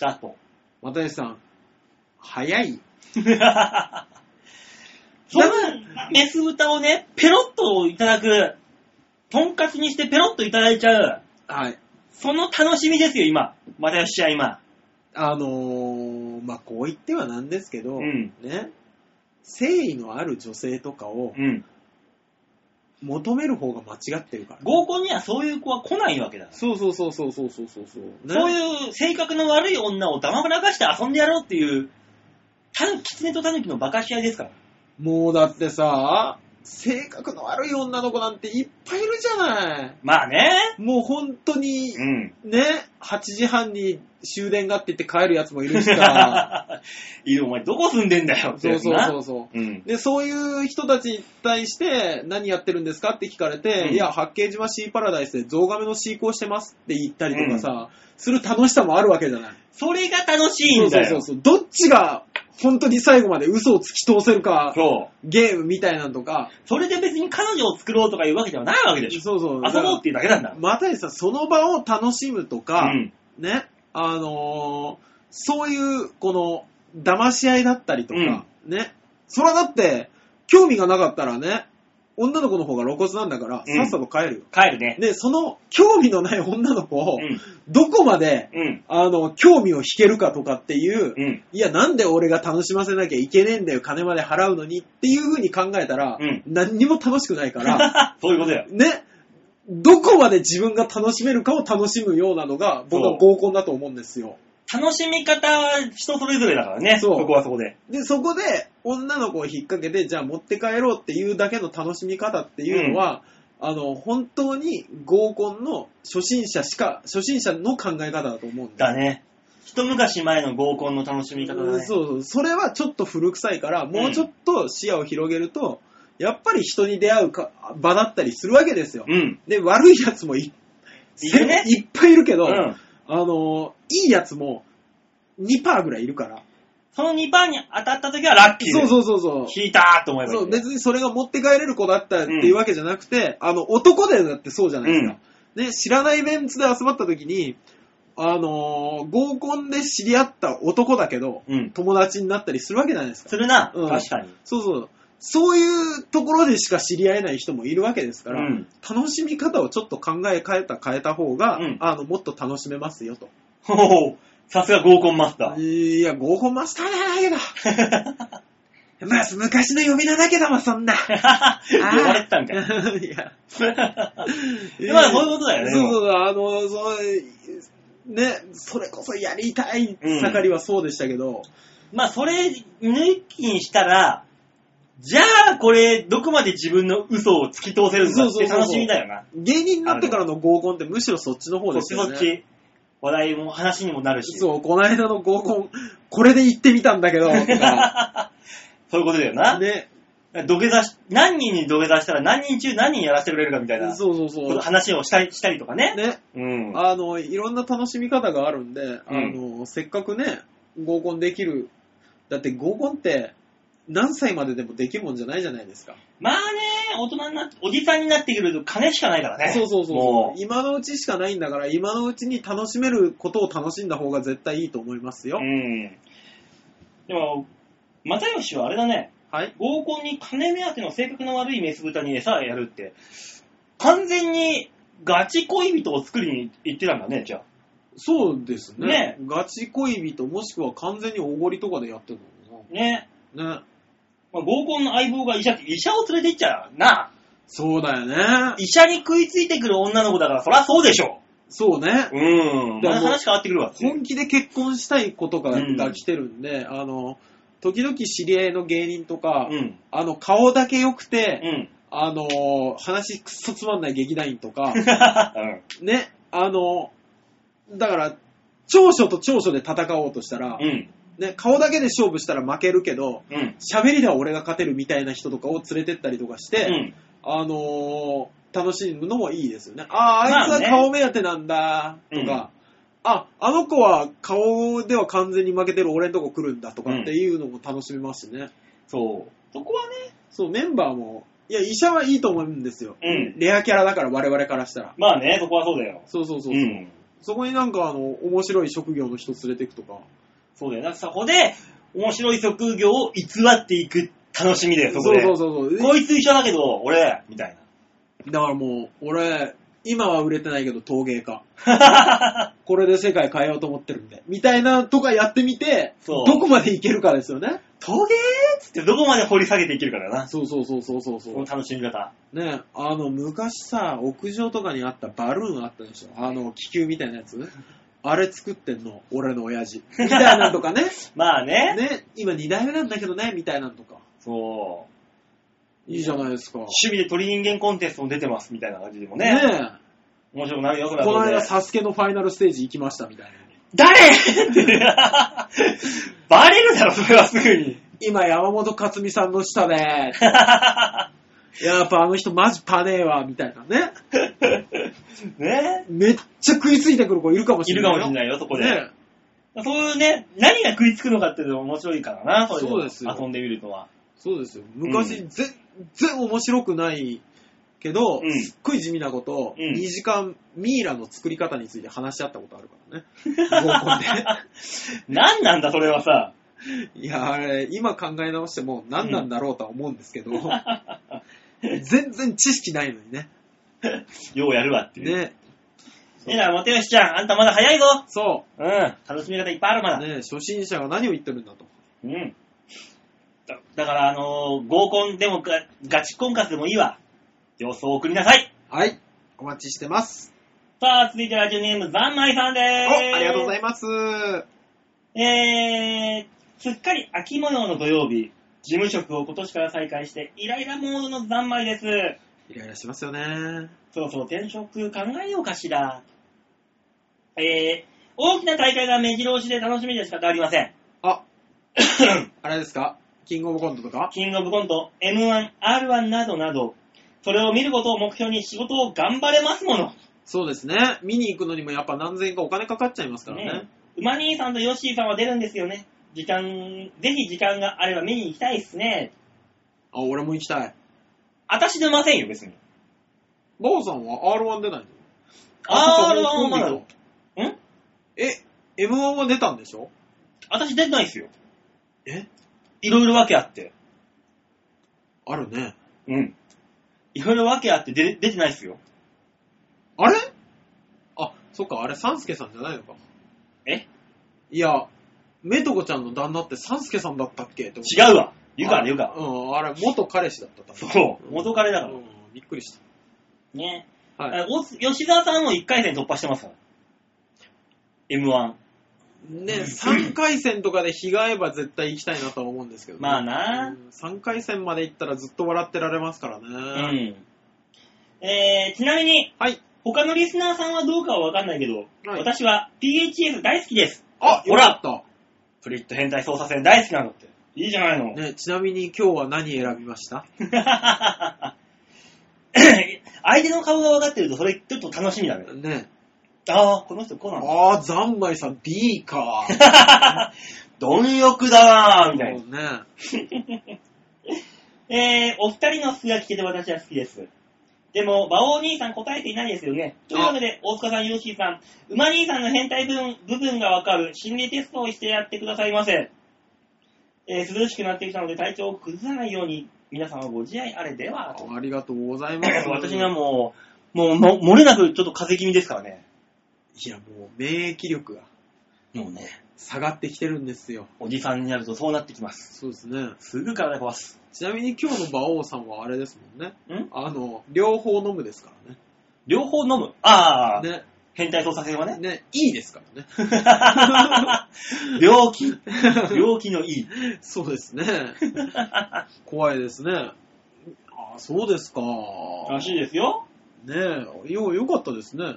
Speaker 2: だと。
Speaker 3: またえさん。早いよ
Speaker 2: そんな (laughs) メス豚をね、ペロッといただく、とんかつにしてペロッといただいちゃう、
Speaker 3: はい。
Speaker 2: その楽しみですよ、今。またよっしゃ、今。
Speaker 3: あのー、まあ、こう言ってはなんですけど、
Speaker 2: うん
Speaker 3: ね、誠意のある女性とかを
Speaker 2: うん。
Speaker 3: 求める方が間違ってるから。
Speaker 2: 合コンにはそういう子は来ないわけだから。
Speaker 3: そうそうそうそうそうそうそうそう、ね。
Speaker 2: そう
Speaker 3: う。
Speaker 2: いう性格の悪い女を黙らかして遊んでやろうっていう、たぬ、狐と狸の馬鹿し合いですから。
Speaker 3: もうだってさ、性格の悪い女の子なんていっぱいいるじゃない。
Speaker 2: まあね。
Speaker 3: もう本当に、
Speaker 2: ん。
Speaker 3: ね、8時半に終電があって言って帰るやつもいるしさ。
Speaker 2: (laughs) いや、お前どこ住んでんだよって
Speaker 3: (laughs) そ
Speaker 2: や
Speaker 3: う
Speaker 2: つ
Speaker 3: そう
Speaker 2: な。
Speaker 3: そうそう。
Speaker 2: うん。
Speaker 3: で、そういう人たちに対して、何やってるんですかって聞かれて、
Speaker 2: うん
Speaker 3: いや、八景島シーパラダイスでゾウガメの飼育をしてますって言ったりとかさ、する楽しさもあるわけじゃない。
Speaker 2: それが楽しいんだよ。
Speaker 3: そうそうそう。どっちが、本当に最後まで嘘を突き通せるか、
Speaker 2: そう
Speaker 3: ゲームみたいなのとか、
Speaker 2: それで別に彼女を作ろうとかいうわけではないわけでしょ。
Speaker 3: そうそう。
Speaker 2: 遊ぼうっていうだけなんだ。
Speaker 3: またさ、その場を楽しむとか、
Speaker 2: うん。
Speaker 3: ね、あのーそういう、この、騙し合いだったりとか、ね、それはだって、興味がなかったらね、女の子の方が露骨なんだから、
Speaker 2: うん
Speaker 3: さっさと帰るよ。
Speaker 2: 帰るね。
Speaker 3: で、その、興味のない女の子を
Speaker 2: う、ん。
Speaker 3: どこまで、
Speaker 2: うん。
Speaker 3: あの、興味を引けるかとかっていう、
Speaker 2: うん。
Speaker 3: いや、なんで俺が楽しませなきゃいけねえんだよ、金まで払うのにっていう風に考えたら、
Speaker 2: うん
Speaker 3: 何にも楽しくない
Speaker 2: (laughs)
Speaker 3: から、
Speaker 2: そういうことよ。
Speaker 3: ね、どこまで自分が楽しめるかを楽しむようなのが、僕は合コンだと思うんですよ。
Speaker 2: 楽しみ方は人それぞれだからね。
Speaker 3: そう
Speaker 2: こはそこで。
Speaker 3: で、そこで、女の子を引っ掛けて、じゃあ持って帰ろうっていうだけの楽しみ方っていうのは、あの、本当に合コンの初心者しか、初心者の考え方だと思うん
Speaker 2: だね。一昔前の合コンの楽しみ方だ
Speaker 3: うん
Speaker 2: ね。
Speaker 3: そうそう。それはちょっと古臭いから、もうちょっと視野を広げると、やっぱり人に出会うか場だったりするわけですよ。
Speaker 2: うん。
Speaker 3: で、悪いやつもい
Speaker 2: いるね
Speaker 3: いっぱいいるけ
Speaker 2: う
Speaker 3: ど、
Speaker 2: ん。
Speaker 3: あの、いいやつも2%ぐらいいるから。
Speaker 2: その2番に当たった時はラッキーだ
Speaker 3: そ
Speaker 2: よ
Speaker 3: うそうそうそう。
Speaker 2: 引いたーと思えばい
Speaker 3: そ
Speaker 2: いん
Speaker 3: う
Speaker 2: だよ。
Speaker 3: 別にそれが持って帰れる子だったっていうわけじゃなくて、あの男でだってそうじゃないですか、ね、知らないメンツで集まった時に、あのー合コンで知り合った男だけど、
Speaker 2: うん。
Speaker 3: 友達になったりするわけじゃないですか
Speaker 2: するな。
Speaker 3: うん
Speaker 2: 確かに。
Speaker 3: そうそうそういうところでしか知り合えない人もいるわけですから、
Speaker 2: うん
Speaker 3: 楽しみ方をちょっと考え変えた変えた方が、
Speaker 2: うん
Speaker 3: あのもっと楽しめますよと
Speaker 2: ほほほさすが合コンマスター。
Speaker 3: いや合コンマスターじゃないけどまあ、昔の呼び名だけども、
Speaker 2: (laughs)
Speaker 3: そんな。
Speaker 2: 呼ばれてたんかい。
Speaker 3: い。いや。 (laughs)
Speaker 2: まあ、そういうことだよね。
Speaker 3: そうそうそう、あの、そう、ね、それこそやりたい盛りはそうでしたけど、
Speaker 2: まあ、それ抜きにしたら、じゃあ、これ、どこまで自分の嘘を突き通せるんだ
Speaker 3: そうそ
Speaker 2: っ
Speaker 3: うそう
Speaker 2: て
Speaker 3: そう
Speaker 2: 楽しみだよな。
Speaker 3: 芸人になってからの合コンってむしろそっちの方
Speaker 2: そ
Speaker 3: で
Speaker 2: っ
Speaker 3: す
Speaker 2: ち
Speaker 3: よ
Speaker 2: そ
Speaker 3: ね。
Speaker 2: っち。話題も話にもなるし。
Speaker 3: そう、この間の合コン、これで行ってみたんだけ
Speaker 2: (laughs)
Speaker 3: ど、とか
Speaker 2: そういうことだよな。
Speaker 3: ね。
Speaker 2: 土下座し、何人に土下座したら何人中何人やらせてくれるかみたいな
Speaker 3: そうそうそう。
Speaker 2: 話をしたりしたりとかね。
Speaker 3: ね。
Speaker 2: うん。
Speaker 3: あの、いろんな楽しみ方があるんで、あの、せっかくね、合コンできる。だって合コンって、何歳まででもできるもんじゃないじゃないですか。
Speaker 2: まあね、大人になって、おじさんになってくると金しかないからね。
Speaker 3: そうそうそうそ
Speaker 2: も
Speaker 3: う。今のうちしかないんだから、今のうちに楽しめることを楽しんだ方が絶対いいと思いますよ。
Speaker 2: うん。でも、又吉はあれだね、
Speaker 3: はい。
Speaker 2: 合コンに金目当ての性格の悪いメス豚に餌やるって、完全にガチ恋人を作りに行ってたんだね、じゃあ。
Speaker 3: そうですね。
Speaker 2: ね
Speaker 3: ガチ恋人もしくは完全におごりとかでやってるのか
Speaker 2: ね。
Speaker 3: な。ね。
Speaker 2: まあ、合コンの相棒が医者って、医者を連れて行っちゃうな。
Speaker 3: そうだよね。
Speaker 2: 医者に食いついてくる女の子だから、そりゃそうでしょ
Speaker 3: そうね。
Speaker 2: う。うん。
Speaker 3: でも
Speaker 2: まあ話変わってくるわ。
Speaker 3: 本気で結婚したい子とか
Speaker 2: うん
Speaker 3: が来てるんで、あの、時々知り合いの芸人とか、
Speaker 2: うん。
Speaker 3: あの、顔だけ良くて、
Speaker 2: うん。
Speaker 3: あの、話くっそつまんない劇団員とか、
Speaker 2: (laughs) うん
Speaker 3: ね、あの、だから、長所と長所で戦おうとしたら、
Speaker 2: うん。
Speaker 3: ね、顔だけで勝負したら負けるけど、
Speaker 2: うん。
Speaker 3: 喋りでは俺が勝てるみたいな人とかを連れてったりとかして、
Speaker 2: うん。
Speaker 3: あのー楽しむのもいいですよね。ああ、あいつ
Speaker 2: まあ
Speaker 3: は
Speaker 2: ね
Speaker 3: 顔目当てなんだ、とか、
Speaker 2: うん
Speaker 3: あ、あの子は顔では完全に負けてる俺のとこ来るんだとかっていうのも楽しめますしね。
Speaker 2: そう。そこはね、
Speaker 3: そう、メンバーも、いや、医者はいいと思うんですよ。
Speaker 2: うん
Speaker 3: レアキャラだから我々からしたら。
Speaker 2: まあね、そこはそうだよ。
Speaker 3: そうそうそう。
Speaker 2: うん。
Speaker 3: そこになんかあの、面白い職業の人連れてくとか。
Speaker 2: そうだよな。そこで、面白い職業を偽っていく楽しみだよ、そこ
Speaker 3: そう
Speaker 2: で。
Speaker 3: そうそうそう。
Speaker 2: こいつ一緒だけど、俺、みたい
Speaker 3: だからもう、俺、今は売れてないけど陶芸 (laughs) 家。
Speaker 2: な。
Speaker 3: これで世界変えようと思ってるんで。みたいなとかやってみて、
Speaker 2: そ
Speaker 3: ど
Speaker 2: う
Speaker 3: こまでいけるかですよね。
Speaker 2: 陶芸っつってどこまで掘り下げていけるからな。
Speaker 3: そうそうそうそうそうそ
Speaker 2: その楽しみ方。
Speaker 3: う。ねあの、昔さ、屋上とかにあったバルーンあったでしょ。あの、気球みたいなや (laughs) つ。あれ作ってんの、俺の親父。みたいなのとか (laughs) ね。
Speaker 2: まあね。
Speaker 3: ね、今2代目なんだけどね、みたいなのとか。
Speaker 2: そう。
Speaker 3: いいじゃないですか。
Speaker 2: 趣味で鳥人間コンテストも出てます、みたいな感じでもね。
Speaker 3: ね
Speaker 2: 面白くなるよ、そ
Speaker 3: え
Speaker 2: れは
Speaker 3: この
Speaker 2: それで
Speaker 3: 間、サスケのファイナルステージ行きましたみたいな。
Speaker 2: 誰ってバレるだろ、それはすぐに。 (laughs)
Speaker 3: 今、山本克美さんの下で、やっぱあの人マジパネーわ、みたいなね。
Speaker 2: ね
Speaker 3: めっちゃ食いついてくる子いるかもし
Speaker 2: い
Speaker 3: れ
Speaker 2: る
Speaker 3: な
Speaker 2: か
Speaker 3: いよ。
Speaker 2: もしれないよ、そこで。
Speaker 3: ね
Speaker 2: そういうね、何が食いつくのかっていうのも面白いからな、いの
Speaker 3: そうですよ
Speaker 2: 遊んでみるのは。
Speaker 3: そうですよ。昔、
Speaker 2: うん
Speaker 3: 全然面白くないけど、
Speaker 2: うん
Speaker 3: すっごい地味なことを、
Speaker 2: うん
Speaker 3: 2時間ミイラの作り方について話し合ったことある
Speaker 2: (laughs)
Speaker 3: からね。合コン
Speaker 2: 何なんだ、それはさ。
Speaker 3: で。いや、あれ、今考え直しても何なんだろうとは思うんですけど、全然知識ないのにね。
Speaker 2: ようやるわっていう。
Speaker 3: ね。
Speaker 2: えな、モテヨシちゃん、あんたまだ早いぞ。
Speaker 3: そ
Speaker 2: うん、楽しみ方いっぱいあるま
Speaker 3: う。
Speaker 2: だ。
Speaker 3: ね初心者が何を言ってるんだと。
Speaker 2: うん。だだから、あのー合コンでもガガチ婚活でもいいわ。様子を送りなさい。
Speaker 3: はい。お待ちしてます。
Speaker 2: さあ、続いてラジオネーム、ざんまいさんで
Speaker 3: お、
Speaker 2: ーす。
Speaker 3: ありがとうございます。
Speaker 2: えー、すっかり秋模様の土曜日、事務職を今年から再開して、イライラモードのざんまいです。
Speaker 3: イライラしますよね。
Speaker 2: そろそろ転職考えようかしら。えー、大きな大会が目白押しで楽しみで仕方ありませ (laughs) ん。
Speaker 3: あ、あれですかキングオブコントとか
Speaker 2: キングオブコント、M1、R1 などなど、それを見ることを目標に仕事を頑張れますもの。
Speaker 3: そうですね。見に行くのにもやっぱ何千円かお金かかっちゃいますからね。
Speaker 2: 馬兄さんとヨッシーさんは出るんですよね。時間、ぜひ時間があれば見に行きたいっすね。
Speaker 3: あ、俺も行きたい。
Speaker 2: 私出ませんよ、別に。
Speaker 3: バオさんは R1 出ないの
Speaker 2: あ
Speaker 3: そ
Speaker 2: ー
Speaker 3: っかもう
Speaker 2: まだ
Speaker 3: コンビと
Speaker 2: ん
Speaker 3: え、M1 は出たんでしょ
Speaker 2: 私出てないっすよ。
Speaker 3: え
Speaker 2: いろいろわけあって。
Speaker 3: あるね。
Speaker 2: うん。いろいろわけあって出出てないっすよ。
Speaker 3: あれあ、そっか、あれ、サンスケさんじゃないのか。
Speaker 2: え
Speaker 3: いや、メトコちゃんの旦那ってサンスケさんだったっけって思う
Speaker 2: 違うわ。ゆかね、ゆか。
Speaker 3: うん、あれ、元彼氏だったから。
Speaker 2: そう。元彼だか
Speaker 3: うん、びっくりし
Speaker 2: ら。ね。
Speaker 3: た。はい。
Speaker 2: あお吉沢さんも1回戦突破してますから。M1。
Speaker 3: ね、3回戦とかで日が合えば絶対行きたいなとは思うんですけど、
Speaker 2: まあ
Speaker 3: う
Speaker 2: な。
Speaker 3: ん3回戦まで行ったらずっと笑ってられますからね。
Speaker 2: うん。えー、ちなみに、
Speaker 3: はい。
Speaker 2: 他のリスナーさんはどうかはわかんないけど、
Speaker 3: はい
Speaker 2: 私は PHS 大好きです。
Speaker 3: あ、
Speaker 2: ほ
Speaker 3: よ
Speaker 2: ら
Speaker 3: かった。
Speaker 2: プリット変態操作戦大好きなのって。いいじゃない
Speaker 3: (laughs)
Speaker 2: の。(laughs)
Speaker 3: ね、ちなみに今日は何選びました
Speaker 2: 相手の顔が分かってると、それちょっと楽しみだね。
Speaker 3: ね。
Speaker 2: ああ、この人こうなんだ。
Speaker 3: あー、ざんまいさん B
Speaker 2: (laughs)
Speaker 3: か。
Speaker 2: 貪欲だわー、みたい
Speaker 3: そうね。
Speaker 2: な。えー、お二人の素が聞けて私は好きです。でも、馬王兄さん答えていないですよね。というわけで、大塚さん、ヨッシーさん、馬兄さんの変態部分部分がわかる心理テストをしてやってくださいませ。えー、涼しくなってきたので体調を崩さないように、皆様ご自愛あれでは、と。
Speaker 3: ありがとうございます。
Speaker 2: 私がもう、もう、も漏れなくちょっと風邪気味ですからね。
Speaker 3: いや、もう免疫力が
Speaker 2: もうね、
Speaker 3: 下がってきてるんですよ。
Speaker 2: おじさんになるとそうなってきます。
Speaker 3: そうですね。
Speaker 2: すぐ体壊す。
Speaker 3: ちなみに今日の馬王さんはあれですもんね。
Speaker 2: ん
Speaker 3: あの、両方飲むですか
Speaker 2: 両方飲む。あ
Speaker 3: ら
Speaker 2: あ、
Speaker 3: ね。
Speaker 2: 変態操作戦は
Speaker 3: ね、
Speaker 2: ね。
Speaker 3: ね、いいですからね。 (laughs)
Speaker 2: (laughs) 病気。病気のいい。
Speaker 3: そうです
Speaker 2: (laughs)
Speaker 3: ね。怖いですね。ああ、そうですから
Speaker 2: しいですよ。
Speaker 3: ねえ、よ、よかったですね。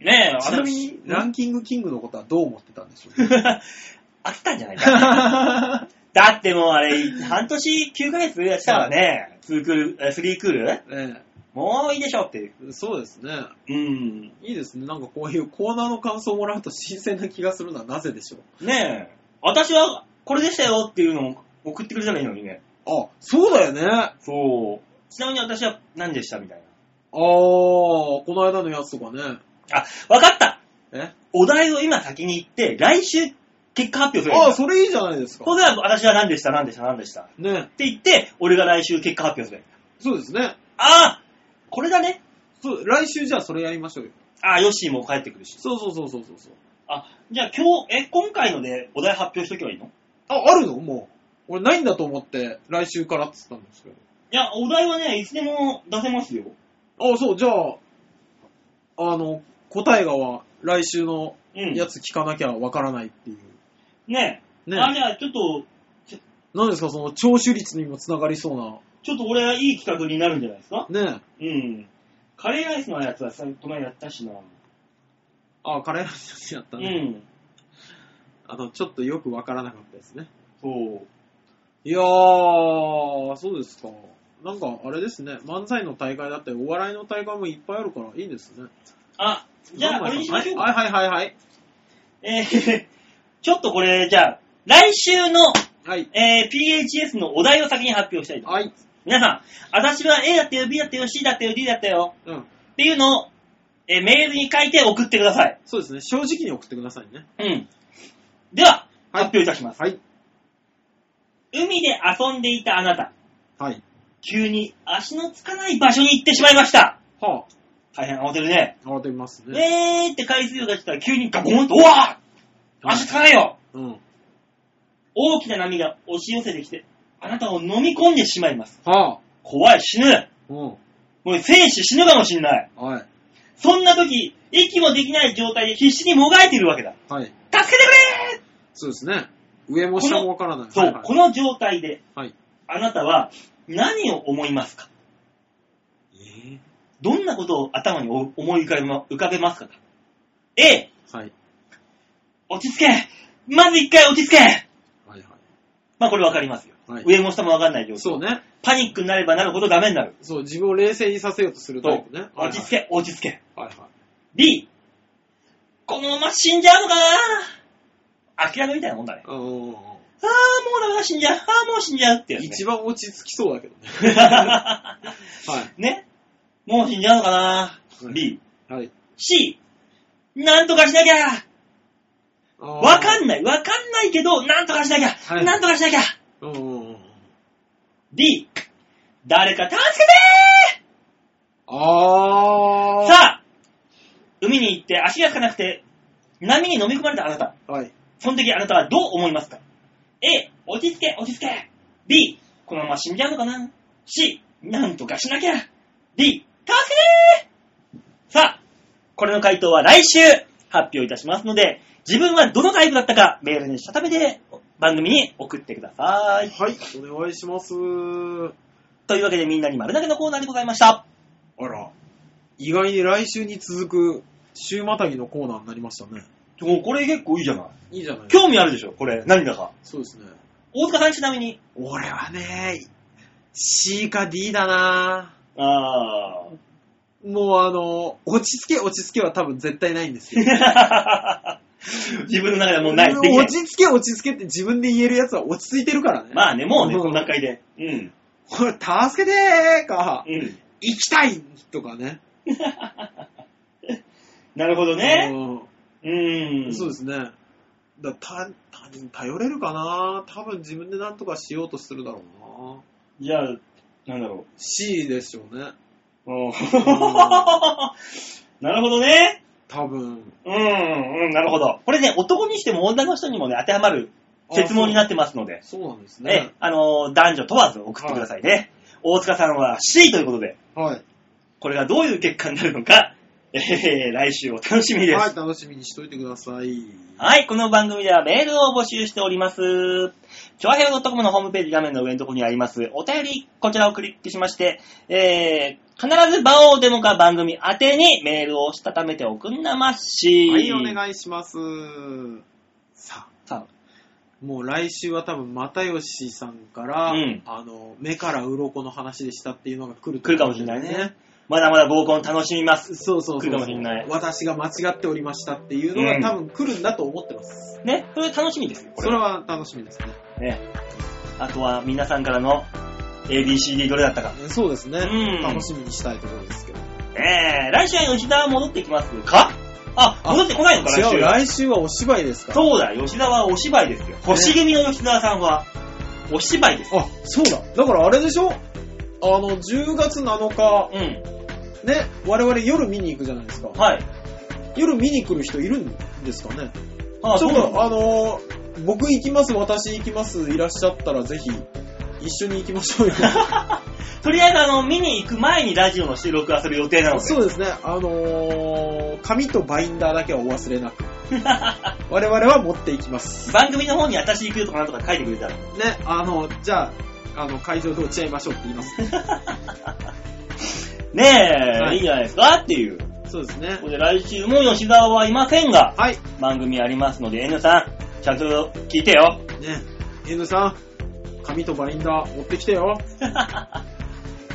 Speaker 2: ねえ、
Speaker 3: ちなみに、ラ
Speaker 2: な
Speaker 3: ンキングキングのことはどう思ってたんでしょう
Speaker 2: (laughs) 飽きたんじゃないか。だってもうあれ、半年9ヶ月やってたからね、2クール、え3クール
Speaker 3: ね
Speaker 2: もういいでしょっていう。
Speaker 3: えそうですね。
Speaker 2: うん。
Speaker 3: いいですね。なんかこういうコーナーの感想をもらうと新鮮な気がするのはなぜでしょう
Speaker 2: ねえ、私はこれでしたよっていうのを送ってくれたらいいのにね。
Speaker 3: あ、そうだよね。ああ、
Speaker 2: そう。ちなみに私は何でしたみたいな。
Speaker 3: この間のやつとかね。
Speaker 2: あ、わかった
Speaker 3: え
Speaker 2: お題を今先に言って、来週結果発表する。
Speaker 3: ああ、それいいじゃないですか。
Speaker 2: これは私は何でした、何でした、何でした。っ
Speaker 3: ね。
Speaker 2: て言って、俺が来週結果発表する。
Speaker 3: そうですね。
Speaker 2: ああこれだね。
Speaker 3: そう、来週じゃあそれやりましょうよ。
Speaker 2: ああ、ヨッシーも帰ってくるし。
Speaker 3: そうそうそうそうそうそう。
Speaker 2: あ、じゃあ今日、え、今回のでお題発表しとけばいいの
Speaker 3: あ、あるのもう。俺ないんだと思って、来週からって言ったんですけど。
Speaker 2: いや、お題はね、いつでも出せますよ。
Speaker 3: あ、そう、じゃあ、あの、答えがは来週の
Speaker 2: うん。
Speaker 3: やつ聞かなきゃわからないっていう。
Speaker 2: ねえ。あ、
Speaker 3: ね。
Speaker 2: じゃあちょっと、
Speaker 3: 何ですか、その聴取率にもつながりそう
Speaker 2: ちょっと俺はいい企画になるんじゃないですか
Speaker 3: な。ね。
Speaker 2: うん。カレーライスのやつはさ、この前やったしな。
Speaker 3: あ、カレーの話やった
Speaker 2: う
Speaker 3: ね。
Speaker 2: ん。
Speaker 3: あの、ちょっとよくわからなかったですね。
Speaker 2: そう。
Speaker 3: いやー、そうですか。なんか、あれですね。漫才の大会だって、お笑いの大会もいっぱいあるから、いいですね。
Speaker 2: あ、じゃあこれにしましょうか。
Speaker 3: はいはいはいはい。
Speaker 2: えー (laughs) ちょっとこれ、じゃあ、来週の、
Speaker 3: はい。
Speaker 2: えー PHS のお題を先に発表したいと思います。
Speaker 3: はい。
Speaker 2: 皆さん、私は A だったよ、B だったよ、C だったよ、D だったよ、
Speaker 3: うん。
Speaker 2: っていうのを、えーメールに書いて送ってください。
Speaker 3: そうですね。正直に送ってくださいね。
Speaker 2: うん。では、
Speaker 3: はい
Speaker 2: 発表いたします。
Speaker 3: はい。
Speaker 2: 海で遊んでいたあなた、
Speaker 3: はい。
Speaker 2: 急に足のつかない場所に行ってしまいました。
Speaker 3: は
Speaker 2: 大変慌てるね。
Speaker 3: あ、慌てますね。
Speaker 2: えーって回数が来たら急にガコンと、うわー足つかないよ
Speaker 3: うん。
Speaker 2: 大きな波が押し寄せてきて、あなたを飲み込んでしまいます。
Speaker 3: はあ。
Speaker 2: 怖い、死ぬ。
Speaker 3: うん。
Speaker 2: もう生死死ぬかもしんない。
Speaker 3: はい。
Speaker 2: そんな時、息もできない状態で必死にもがいているわけだ。
Speaker 3: はい。
Speaker 2: 助けてくれー
Speaker 3: そうですね。上も下もわからない。
Speaker 2: そう、
Speaker 3: はいはい
Speaker 2: この状態で、
Speaker 3: はい。
Speaker 2: あなたは何を思いますか
Speaker 3: え
Speaker 2: どんなことを頭に思い浮かべま浮かべますか ?A、
Speaker 3: ーはい。
Speaker 2: 落ち着けまず一回落ち着け
Speaker 3: はいは
Speaker 2: まあこれわかりますよ。
Speaker 3: はい
Speaker 2: 上も下もわかんない状
Speaker 3: い。
Speaker 2: 態。
Speaker 3: そうね。
Speaker 2: パニックになればなるほどダメになる。
Speaker 3: そう、自分を冷静にさせようとする
Speaker 2: そ
Speaker 3: タ
Speaker 2: う
Speaker 3: イプね。はいはい
Speaker 2: 落ち着け、落ち着け。
Speaker 3: はいはい。
Speaker 2: B、このまま死んじゃうのかな諦めみたいなもんだね。
Speaker 3: うんうんうん
Speaker 2: ああ、もうダメだ、死んじゃう。ああ、もう死んじゃうってやつね、
Speaker 3: 一番落ち着きそうだけ
Speaker 2: (laughs)
Speaker 3: どね。はい。
Speaker 2: ねもう死んじゃうのかな、
Speaker 3: うん
Speaker 2: ?B。
Speaker 3: はい。
Speaker 2: C。なんとかしなきゃわ
Speaker 3: わ
Speaker 2: か
Speaker 3: ん
Speaker 2: んない。わかんないけど、なんとかしなきゃ、
Speaker 3: はい
Speaker 2: なんとかしなきゃ
Speaker 3: うんうんうん。
Speaker 2: !D。誰か助けて
Speaker 3: あ
Speaker 2: ー
Speaker 3: ー。
Speaker 2: さあ海に行って足がつかなくて、波に飲み込まれたあなた。
Speaker 3: はい。
Speaker 2: その時あなたはどう思いますか ?A。落ち着け、落ち着け !B。 B、このまま死んじゃうのかな ?C、なんとかしなきゃ D、助けてーさあ、これの回答は来週発表いたしますので、自分はどのタイプだったかメールにしたためて番組に送ってください。
Speaker 3: はい、お願いします。
Speaker 2: というわけでみんなに丸投げのコーナーでございまし
Speaker 3: あ
Speaker 2: た。
Speaker 3: ら、意外に来週に続く週またぎのコーナーになりましたね。
Speaker 2: これ結構いいじゃない
Speaker 3: いいじゃない
Speaker 2: 興味あるでしょこれ、何だか。
Speaker 3: そうですね。
Speaker 2: 大塚さんちなみに。
Speaker 3: 俺はね、C か D だな
Speaker 2: あ
Speaker 3: もうあの、落ち着け落ち着けは多分絶対ないん (laughs) ですよ。
Speaker 2: あ。自分の中ではもうない。できない
Speaker 3: (laughs) 落ち着け落ち着けって自分で言えるやつは落ち着いてるからね。
Speaker 2: まあね、もうね、
Speaker 3: うん
Speaker 2: この段階で。うん。
Speaker 3: これ、助けてーか、
Speaker 2: うん。
Speaker 3: 行きたいとかね。
Speaker 2: なるほどね。う。
Speaker 3: うんんそうですね。だ他他人頼れるかな多分自分で何とかしようとするだろうな
Speaker 2: じゃあ、なんだろ
Speaker 3: C でしょうね。
Speaker 2: う。うん (laughs) なるほどね。
Speaker 3: 多分。
Speaker 2: うん、うん、なるほど。これね、男にしても女の人にもね、当てはまる質問になってますので、
Speaker 3: そうなんです
Speaker 2: ね
Speaker 3: ね。、
Speaker 2: あのー、男女問わず送ってくださいね。大塚さんは C ということで、
Speaker 3: はい。
Speaker 2: これがどういう結果になるのか、えー、来週お楽しみです。
Speaker 3: はい、楽しみにしといてください。
Speaker 2: はい、この番組ではメールを募集しております。ちょあへよ .com のホームページ画面の上のところにあります、お便り、こちらをクリックしまして、えー、必ず場をデモか番組宛てにメールをしたためておくんなまっし。
Speaker 3: はい、お
Speaker 2: い。
Speaker 3: 願いします。さあ、
Speaker 2: さ
Speaker 3: もう来週は多分、又吉さんから、
Speaker 2: うん
Speaker 3: あの、目から鱗の話でしたっていうのが来る
Speaker 2: 来るかもしれないね。まだまだ合コン楽しみます。
Speaker 3: そうそうそう。
Speaker 2: 来るかもしれない
Speaker 3: 私が間違っておりましたっていうの
Speaker 2: う
Speaker 3: が
Speaker 2: ん
Speaker 3: 多分来るんだと思ってます。
Speaker 2: ね、それ楽しみですよ、こ
Speaker 3: そ
Speaker 2: れ
Speaker 3: れ。は楽しみですね。
Speaker 2: ね、あとは皆さんからの ABCD どれだったか。
Speaker 3: そうですね。
Speaker 2: うん
Speaker 3: 楽しみにしたいところですけど。
Speaker 2: えー、来週は吉田は戻ってきますかあ、戻ってこないのか、来
Speaker 3: 違
Speaker 2: 週。
Speaker 3: う、来週はお芝居ですから。
Speaker 2: そうだ、吉田はお芝居ですよ。星組の吉田さんは、お芝居です。
Speaker 3: あ、そうだ。だからあれでしょあの、10月7日、
Speaker 2: うん。
Speaker 3: ね、我々夜見に行くじゃないですか。
Speaker 2: はい。
Speaker 3: 夜見に来る人いるんですかね
Speaker 2: あ
Speaker 3: ちょっ
Speaker 2: なんだ
Speaker 3: と、あのー僕行きます、私行きます、いらっしゃったらぜひ、一緒に行きましょう
Speaker 2: (laughs)
Speaker 3: よ。
Speaker 2: とりあえず、あの、見に行く前にラジオの収録はする予定なので。
Speaker 3: そうですね、あのー紙とバインダーだけはお忘れな
Speaker 2: (laughs)
Speaker 3: く。我々は持っていきます。
Speaker 2: 番組の方に私行くよとかなんとか書いてくれたら。
Speaker 3: ね、あの、じゃあ、あの、会場で落ち合いましょうって言います。
Speaker 2: ねえ、
Speaker 3: はい
Speaker 2: い、いんじゃないですかっていう。
Speaker 3: そうですね
Speaker 2: こ。れで来週も吉田はいませんが、
Speaker 3: はい。
Speaker 2: 番組ありますので、N さん、ちゃんと聞いてよ。
Speaker 3: ね、N さん、紙とバインダー持ってきてよ。
Speaker 2: ね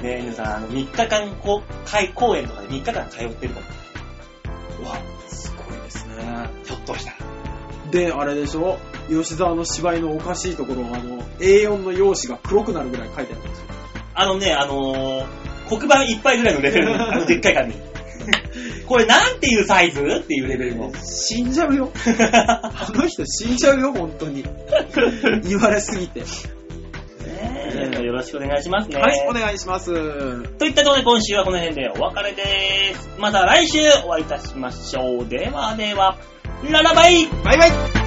Speaker 2: え、N さん、あの、3日間こう、会公演とかで3日間通ってるから。うわ、
Speaker 3: すごいですね。
Speaker 2: ひょっとしたら。
Speaker 3: で、あれでしょ吉沢の芝居のおかしいところあの、A4 の用紙が黒くなるぐらい書いてあるんですよ。
Speaker 2: あのね、あのー、黒板いっぱいぐらいのレベ
Speaker 3: (laughs)
Speaker 2: ルの、あのでっかい紙。これなんていうサイズっていうレベ
Speaker 3: (laughs)
Speaker 2: ルの。
Speaker 3: 死んじゃうよ。あの人死んじゃうよ、本当に。言われすぎて。
Speaker 2: ねえよろしくお願いしますね。
Speaker 3: はい、お願いします。は
Speaker 2: といったところで今週はこの辺でお別れです。また来週お会いいたしましょう。ではでは、ララバイ
Speaker 3: バイバイ